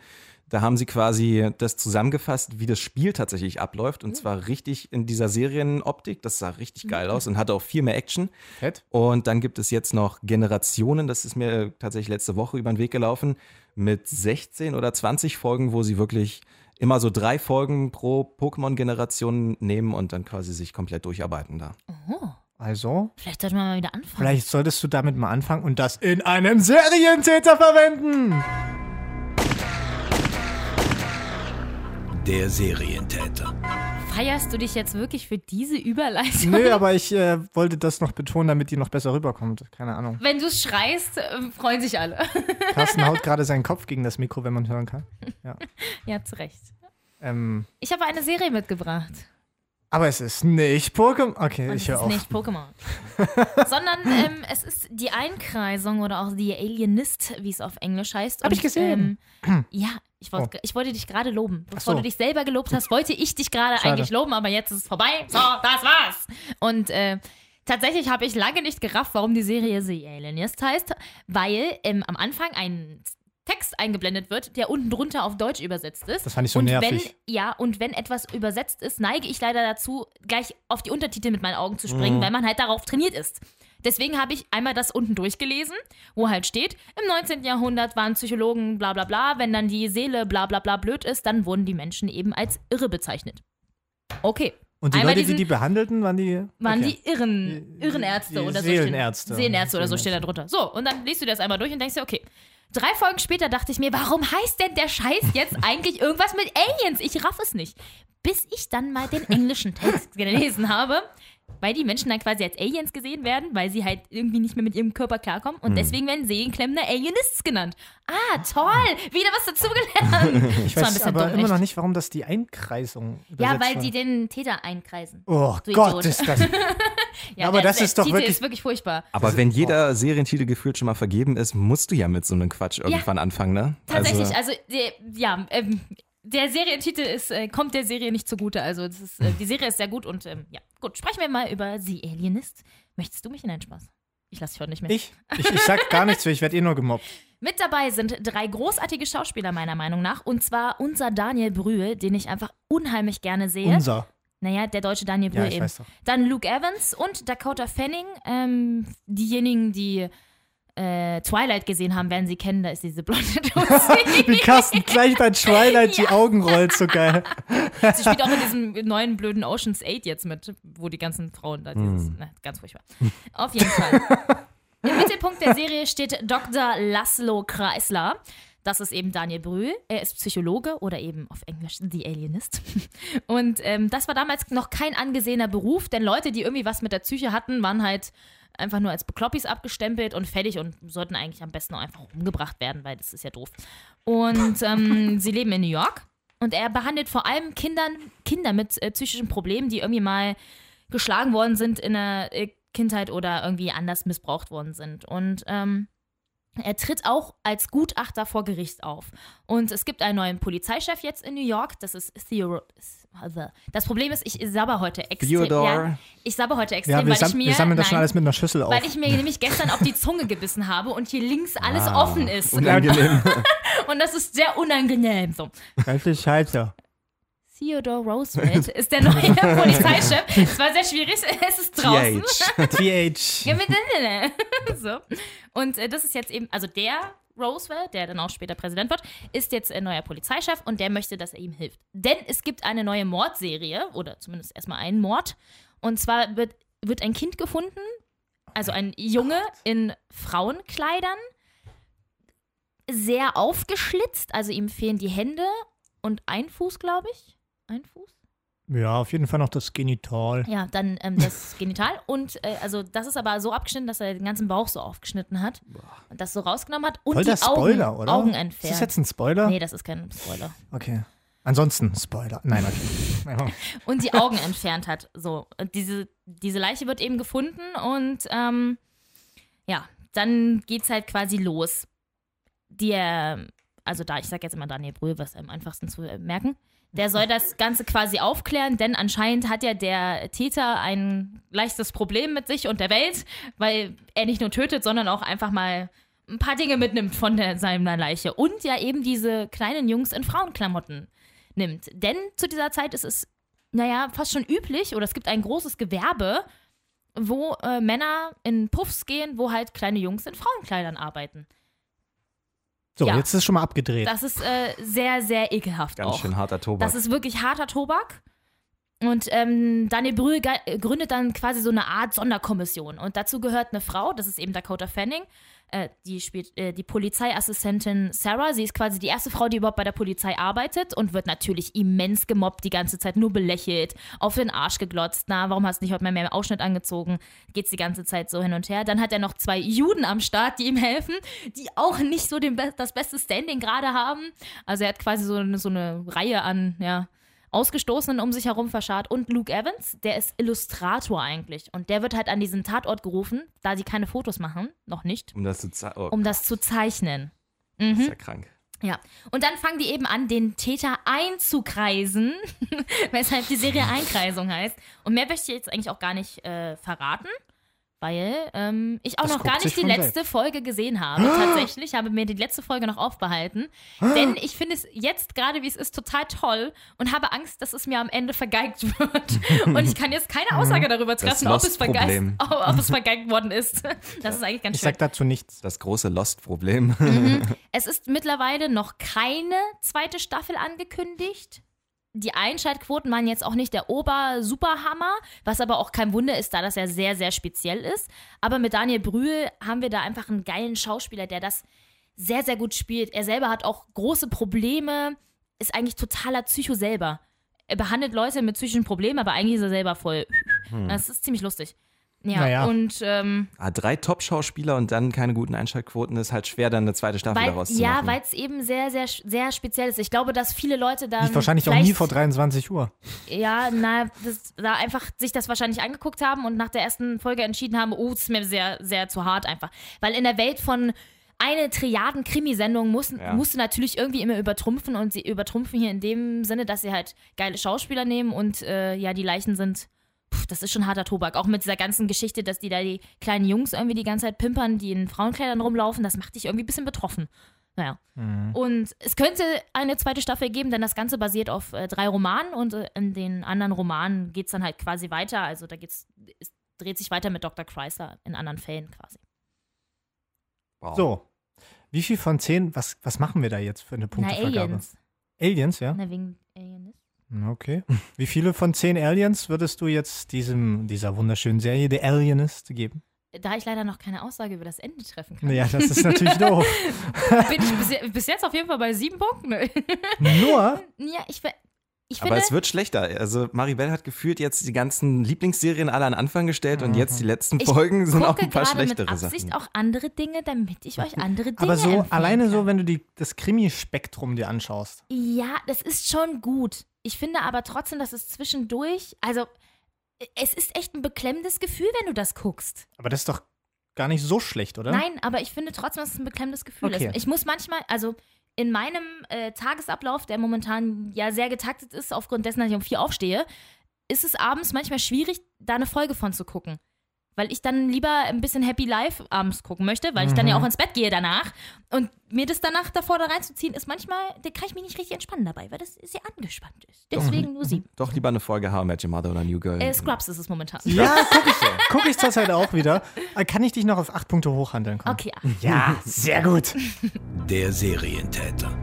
D: Da haben sie quasi das zusammengefasst, wie das Spiel tatsächlich abläuft. Und zwar richtig in dieser Serienoptik. Das sah richtig geil aus und hatte auch viel mehr Action.
B: Fett.
D: Und dann gibt es jetzt noch Generationen, das ist mir äh, tatsächlich letzte Woche über den Weg gelaufen, mit 16 oder 20 Folgen, wo sie wirklich immer so drei Folgen pro Pokémon-Generation nehmen und dann quasi sich komplett durcharbeiten da.
B: Also,
C: Vielleicht sollten wir mal wieder anfangen.
B: vielleicht solltest du damit mal anfangen und das in einem Serientäter verwenden.
F: Der Serientäter.
C: Feierst du dich jetzt wirklich für diese Überleitung?
B: Nö, aber ich äh, wollte das noch betonen, damit die noch besser rüberkommt. Keine Ahnung.
C: Wenn du es schreist, äh, freuen sich alle.
B: Carsten haut gerade seinen Kopf gegen das Mikro, wenn man hören kann. Ja.
C: ja, zu Recht.
B: Ähm,
C: Ich habe eine Serie mitgebracht. aber
B: aber es ist nicht Pokémon. Okay,
C: Und
B: ich
C: es
B: höre
C: ist
B: auf.
C: nicht Pokémon. Sondern ähm, es ist die Einkreisung oder auch The Alienist, wie es auf Englisch heißt.
B: Hab ich
C: Und,
B: gesehen.
C: Ähm, ja, ich, wollt,
B: Oh.
C: ich wollte dich gerade loben. Bevor
B: so.
C: du dich selber gelobt hast, wollte ich dich gerade
B: Schade.
C: eigentlich loben, aber jetzt ist es vorbei. So, das war's. Und äh, tatsächlich habe ich lange nicht gerafft, warum die Serie The Alienist heißt, weil ähm, am Anfang ein Text eingeblendet wird, der unten drunter auf Deutsch übersetzt ist.
B: Das fand ich so
C: und
B: nervig.
C: Wenn, ja, und wenn etwas übersetzt ist, neige ich leider dazu, gleich auf die Untertitel mit meinen Augen zu springen,
B: Mhm.
C: weil man halt darauf trainiert ist. Deswegen habe ich einmal das unten durchgelesen, wo halt steht, im 19. Jahrhundert waren Psychologen bla bla bla, wenn dann die Seele bla bla bla blöd ist, dann wurden die Menschen eben als irre bezeichnet. Okay.
B: Und die
C: Einmal
B: Leute, die
C: diesen-
B: die behandelten, waren die.
C: Waren
B: okay.
C: die Irren,
B: Die-
C: Irrenärzte
B: die
C: oder so.
B: Seelenärzte.
C: Steht, Seelenärzte oder so steht da drunter. So, und dann liest du das einmal durch und denkst dir, okay. Drei Folgen später dachte ich mir, warum heißt denn der Scheiß jetzt eigentlich irgendwas mit Aliens? Ich raff es nicht. Bis ich dann mal den englischen Text gelesen habe, weil die Menschen dann quasi als Aliens gesehen werden, weil sie halt irgendwie nicht mehr mit ihrem Körper klarkommen
B: Hm.
C: und deswegen werden Seelenklemmende Alienists genannt. Ah, toll! Wieder was dazugelernt.
B: Ich
C: Das war ein
B: weiß
C: bisschen
B: aber
C: dumm,
B: immer noch
C: echt.
B: nicht, warum das die Einkreisung
C: Ja,
B: übersetzt
C: weil
B: war.
C: die den Täter einkreisen.
B: Oh
C: Du
B: Gott,
C: Idiot.
B: ist das.
C: Ja,
B: aber
C: der-
B: das
C: der
B: ist doch
C: Titel
B: wirklich-
C: ist wirklich furchtbar.
D: Aber wenn jeder Serientitel gefühlt schon mal vergeben ist, musst du ja mit so einem Quatsch irgendwann anfangen, ne?
C: Tatsächlich, also, der, ja, ähm, der Serientitel ist, äh, kommt der Serie nicht zugute. Also das ist, äh, die Serie ist sehr gut und ähm, ja, gut, sprechen wir mal über The Alienist. Möchtest du mich in einen Spaß? Ich lasse dich heute nicht mehr.
B: Ich, ich, ich sag gar nichts, ich werde eh nur gemobbt.
C: Mit dabei sind drei großartige Schauspieler meiner Meinung nach und zwar unser Daniel Brühl, den ich einfach unheimlich gerne sehe.
B: Unser.
C: Naja, der deutsche Daniel Brühl
B: Ja, ich
C: eben.
B: weiß doch.
C: Dann Luke Evans und Dakota Fanning. Ähm, diejenigen, die äh, Twilight gesehen haben, werden sie kennen. Da ist diese blonde Tussi.
B: Wie Carsten gleich bei Twilight die Augen rollt, so geil.
C: Sie spielt auch in diesem neuen blöden Oceans 8 jetzt mit, wo die ganzen Frauen da dieses. Na, ganz furchtbar. Auf jeden Fall. Im Mittelpunkt der Serie steht Dr. Laszlo Kreisler. Das ist eben Daniel Brühl. Er ist Psychologe oder eben auf Englisch The Alienist. Und ähm, das war damals noch kein angesehener Beruf, denn Leute, die irgendwie was mit der Psyche hatten, waren halt einfach nur als Bekloppis abgestempelt und fertig und sollten eigentlich am besten auch einfach umgebracht werden, weil das ist ja doof. Und ähm, sie leben in New York und er behandelt vor allem Kindern, Kinder mit äh, psychischen Problemen, die irgendwie mal geschlagen worden sind in der äh, Kindheit oder irgendwie anders missbraucht worden sind. Und ähm, er tritt auch als Gutachter vor Gericht auf. Und es gibt einen neuen Polizeichef jetzt in New York, das ist Theodore. Das Problem ist, ich sabber heute extrem.
D: Theodore.
C: Ja, ich sabber heute extrem,
B: Ja, wir,
C: weil
B: sam
C: ich mir.
B: wir sammeln das schon
C: nein,
B: alles mit einer Schüssel auf.
C: weil ich mir nämlich gestern auf die Zunge gebissen habe und hier links alles offen ist.
D: Unangenehm.
C: Und das ist sehr unangeneim. So.
B: Das ist scheiße.
C: Theodore Roosevelt ist der neue Polizeichef. Es war sehr schwierig, es ist draußen.
D: TH.
B: TH.
C: Ja, mit- ne, ne. so. Und äh, das ist jetzt eben, also der Roosevelt, der dann auch später Präsident wird, ist jetzt ein neuer Polizeichef und der möchte, dass er ihm hilft. Denn es gibt eine neue Mordserie, oder zumindest erstmal einen Mord. Und zwar wird, wird ein Kind gefunden, also ein Junge in Frauenkleidern, sehr aufgeschlitzt, also ihm fehlen die Hände und ein Fuß, glaube ich. Ein Fuß?
B: Ja, auf jeden Fall noch das Genital.
C: Ja, dann ähm, das Genital. Und äh, also das ist aber so abgeschnitten, dass er den ganzen Bauch so aufgeschnitten hat und das so rausgenommen hat und
B: Voll der
C: die Augen,
B: Spoiler, oder?
C: Augen
B: Ist das
C: entfernt.
B: jetzt ein Spoiler?
C: nee, das ist kein Spoiler.
B: Okay. Ansonsten Spoiler. Nein, okay.
C: Und die Augen entfernt hat. So. Und diese, diese Leiche wird eben gefunden und ähm, ja, dann geht's halt quasi los. Der, also da, ich sag jetzt immer Daniel Brühl, was am einfachsten zu äh, merken. Der soll das Ganze quasi aufklären, denn anscheinend hat ja der Täter ein leichtes Problem mit sich und der Welt, weil er nicht nur tötet, sondern auch einfach mal ein paar Dinge mitnimmt von der, seiner Leiche und ja eben diese kleinen Jungs in Frauenklamotten nimmt. Denn zu dieser Zeit ist es, naja, fast schon üblich oder es gibt ein großes Gewerbe, wo äh, Männer in Puffs gehen, wo halt kleine Jungs in Frauenkleidern arbeiten.
B: So,
C: Ja.
B: jetzt ist es schon mal abgedreht.
C: Das ist äh, sehr, sehr ekelhaft
D: Ganz
C: auch.
D: schön harter Tobak.
C: Das ist wirklich harter Tobak. Und ähm, Daniel Brühl ge- äh, gründet dann quasi so eine Art Sonderkommission. Und dazu gehört eine Frau, das ist eben Dakota Fanning, äh, die spielt äh, die Polizeiassistentin Sarah. Sie ist quasi die erste Frau, die überhaupt bei der Polizei arbeitet und wird natürlich immens gemobbt die ganze Zeit, nur belächelt, auf den Arsch geglotzt. Na, warum hast du nicht heute mal mehr im Ausschnitt angezogen? Geht's die ganze Zeit so hin und her. Dann hat er noch zwei Juden am Start, die ihm helfen, die auch nicht so den be das beste Standing gerade haben. Also er hat quasi so eine, so eine Reihe an, ja. Ausgestoßenen um sich herum verscharrt und Luke Evans, der ist Illustrator eigentlich. Und der wird halt an diesen Tatort gerufen, da sie keine Fotos machen, noch nicht,
D: Um das zu zeigen. Oh,
C: um mhm. das zu zeichnen.
D: ist ja krank.
C: Ja. Und dann fangen die eben an, den Täter einzukreisen, weshalb die Serie Einkreisung heißt. Und mehr möchte ich jetzt eigentlich auch gar nicht äh, verraten. Weil ähm, ich auch
B: Das
C: noch gar
B: guckt
C: nicht
B: sich von
C: die
B: Ah!
C: letzte Folge gesehen habe. Tatsächlich habe mir die letzte Folge noch aufbehalten. Denn ich finde es jetzt gerade, wie es ist, total toll und habe Angst, dass es mir am Ende vergeigt wird. Und ich kann jetzt keine Aussage darüber treffen, ob es, vergeigt,
D: Lost-Problem.
C: ob, ob es vergeigt worden ist. Das ist eigentlich ganz
B: Ich
C: schön.
B: sag dazu nichts.
D: Das große Lost-Problem.
C: Mhm. Es ist mittlerweile noch keine zweite Staffel angekündigt. Die Einschaltquoten waren jetzt auch nicht der Ober-Superhammer, was aber auch kein Wunder ist, da das ja sehr, sehr speziell ist. Aber mit Daniel Brühl haben wir da einfach einen geilen Schauspieler, der das sehr, sehr gut spielt. Er selber hat auch große Probleme, ist eigentlich totaler Psycho selber. Er behandelt Leute mit psychischen Problemen, aber eigentlich ist er selber voll. Das ist ziemlich lustig. Ja,
B: Naja.
C: und ähm,
D: Ah, drei Top-Schauspieler und dann keine guten Einschaltquoten ist halt schwer, dann eine zweite Staffel
C: Weil,
D: daraus zu
C: ja,
D: machen.
C: weil es eben sehr, sehr, sehr speziell ist. Ich glaube, dass viele Leute da.
B: Lief wahrscheinlich auch nie vor 23 Uhr.
C: Ja, na, das, da einfach sich das wahrscheinlich angeguckt haben und nach der ersten Folge entschieden haben, oh, es ist mir sehr, sehr zu hart einfach. Weil in der Welt von eine Triaden-Krimisendung musst,
D: Ja.
C: musst du natürlich irgendwie immer übertrumpfen und sie übertrumpfen hier in dem Sinne, dass sie halt geile Schauspieler nehmen und äh, ja, die Leichen sind. Puh, das ist schon harter Tobak. Auch mit dieser ganzen Geschichte, dass die da die kleinen Jungs irgendwie die ganze Zeit pimpern, die in Frauenkleidern rumlaufen, das macht dich irgendwie ein bisschen betroffen. Naja. Und es könnte eine zweite Staffel geben, denn das Ganze basiert auf äh, drei Romanen und äh, in den anderen Romanen geht es dann halt quasi weiter. Also da geht's, es dreht sich weiter mit Dr. Chrysler in anderen Fällen quasi.
D: wow.
B: So. Wie viel von 10, was, was machen wir da jetzt für eine
C: Na,
B: Punktevergabe?
C: Aliens.
B: Aliens, ja?
C: Na, wegen Aliens.
B: Okay. Wie viele von 10 Aliens würdest du jetzt diesem, dieser wunderschönen Serie, The Alienist, geben?
C: Da ich leider noch keine Aussage über das Ende treffen kann,
B: Naja, das ist natürlich doof.
C: bin ich bis, bis jetzt auf jeden Fall bei sieben Punkten.
B: Nur,
C: ja, ich, ver- ich
D: Aber
C: finde,
D: es wird schlechter. Also Maribel hat gefühlt jetzt die ganzen Lieblingsserien alle an Anfang gestellt und jetzt die letzten
C: Ich
D: Folgen sind auch
C: gucke
D: ein paar
C: gerade mit
D: schlechtere
C: Absicht
D: Sachen.
C: auch andere Dinge, damit ich euch andere Dinge
B: aber so,
C: empfehlen
B: alleine
C: kann.
B: so, wenn du die, das Krimi-Spektrum dir anschaust.
C: Ja, das ist schon gut. Ich finde aber trotzdem, dass es zwischendurch, also es ist echt ein beklemmendes Gefühl, wenn du das guckst.
B: Aber das ist doch gar nicht so schlecht, oder?
C: Nein, aber ich finde trotzdem, dass es ein beklemmendes Gefühl
B: Ne? Okay.
C: ist. Ich muss manchmal, also in meinem äh, Tagesablauf, der momentan ja sehr getaktet ist, aufgrund dessen, dass ich um vier aufstehe, ist es abends manchmal schwierig, da eine Folge von zu gucken. Weil ich dann lieber ein bisschen Happy Life abends gucken möchte, weil ich dann ja
B: Mhm.
C: auch ins Bett gehe danach. Und mir das danach davor da reinzuziehen, ist manchmal, da kann ich mich nicht richtig entspannen dabei, weil das sehr angespannt ist.
B: Mhm.
C: Deswegen nur sie.
D: Doch lieber eine Folge How I Met Your Mother oder New Girl.
C: Äh, Scrubs ist es momentan.
B: Ja, guck ich, guck ich zurzeit auch wieder. Äh, Kann ich dich noch auf acht Punkte hochhandeln? Komm.
C: Okay, ah, ach,
B: Ja, sehr gut.
F: Der Serientäter.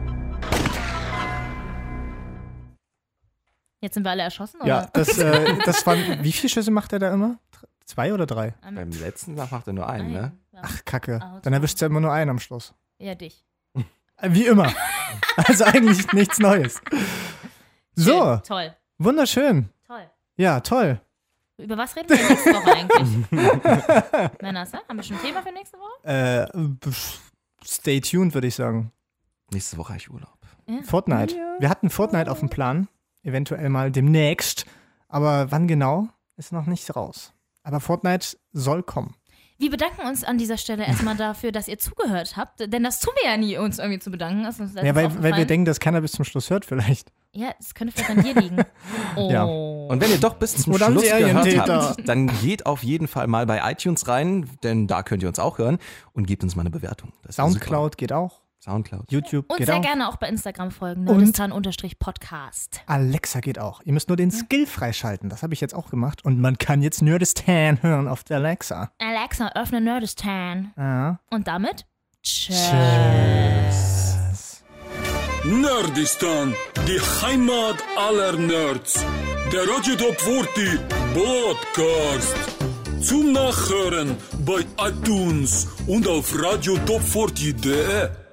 C: jetzt sind wir alle erschossen,
B: Ja,
C: oder?
B: das, äh, das waren, wie viele Schüsse macht er da immer? Dr- Zwei oder drei?
D: Beim letzten Mal macht er nur einen, ne?
C: Nein.
B: Ach, Kacke.
C: Ah,
B: Dann erwischt er immer nur einen am Schluss.
C: Ja, dich.
B: Äh, Wie immer. Also eigentlich nichts Neues. So,
C: Schön, Toll,
B: wunderschön.
C: toll.
B: Ja, toll.
C: Über was reden wir denn nächste Woche eigentlich? Männers, ne? haben wir schon ein Thema für nächste Woche?
B: Äh, pf, stay tuned, würde ich sagen.
D: Nächste Woche habe ich Urlaub.
B: Fortnite. Wir hatten Fortnite auf dem Plan. Eventuell mal demnächst. Aber wann genau, ist noch nicht raus. Aber Fortnite soll kommen.
C: Wir bedanken uns an dieser Stelle erstmal dafür, dass ihr zugehört habt, denn das tun wir ja nie, uns irgendwie zu bedanken. Das ist uns
B: Ja,
C: letztens
B: weil, weil wir
C: aufgefallen.
B: denken, dass keiner bis zum Schluss hört vielleicht.
C: Ja, es könnte vielleicht an dir liegen. Oh.
B: Ja.
D: Und wenn ihr doch bis zum
B: Oder
D: Schluss gehört
B: Serientäter.
D: habt, dann geht auf jeden Fall mal bei iTunes rein, denn da könnt ihr uns auch hören und gebt uns mal eine Bewertung. Das wäre super.
B: Soundcloud geht auch.
D: Soundcloud.
B: YouTube
C: Und
B: geht
C: sehr
B: auch.
C: gerne auch bei Instagram folgen,
B: genau. Und-
C: nerdistan-podcast.
B: Alexa geht auch. Ihr müsst nur den Skill freischalten. Das habe ich jetzt auch gemacht. Und man kann jetzt Nerdistan hören auf der Alexa.
C: Alexa, öffne Nerdistan.
B: Ja.
C: Und damit, tschüss.
A: Nerdistan, die Heimat aller Nerds. Der Radio Top 40 Podcast. Zum Nachhören bei iTunes und auf radiotop40.de.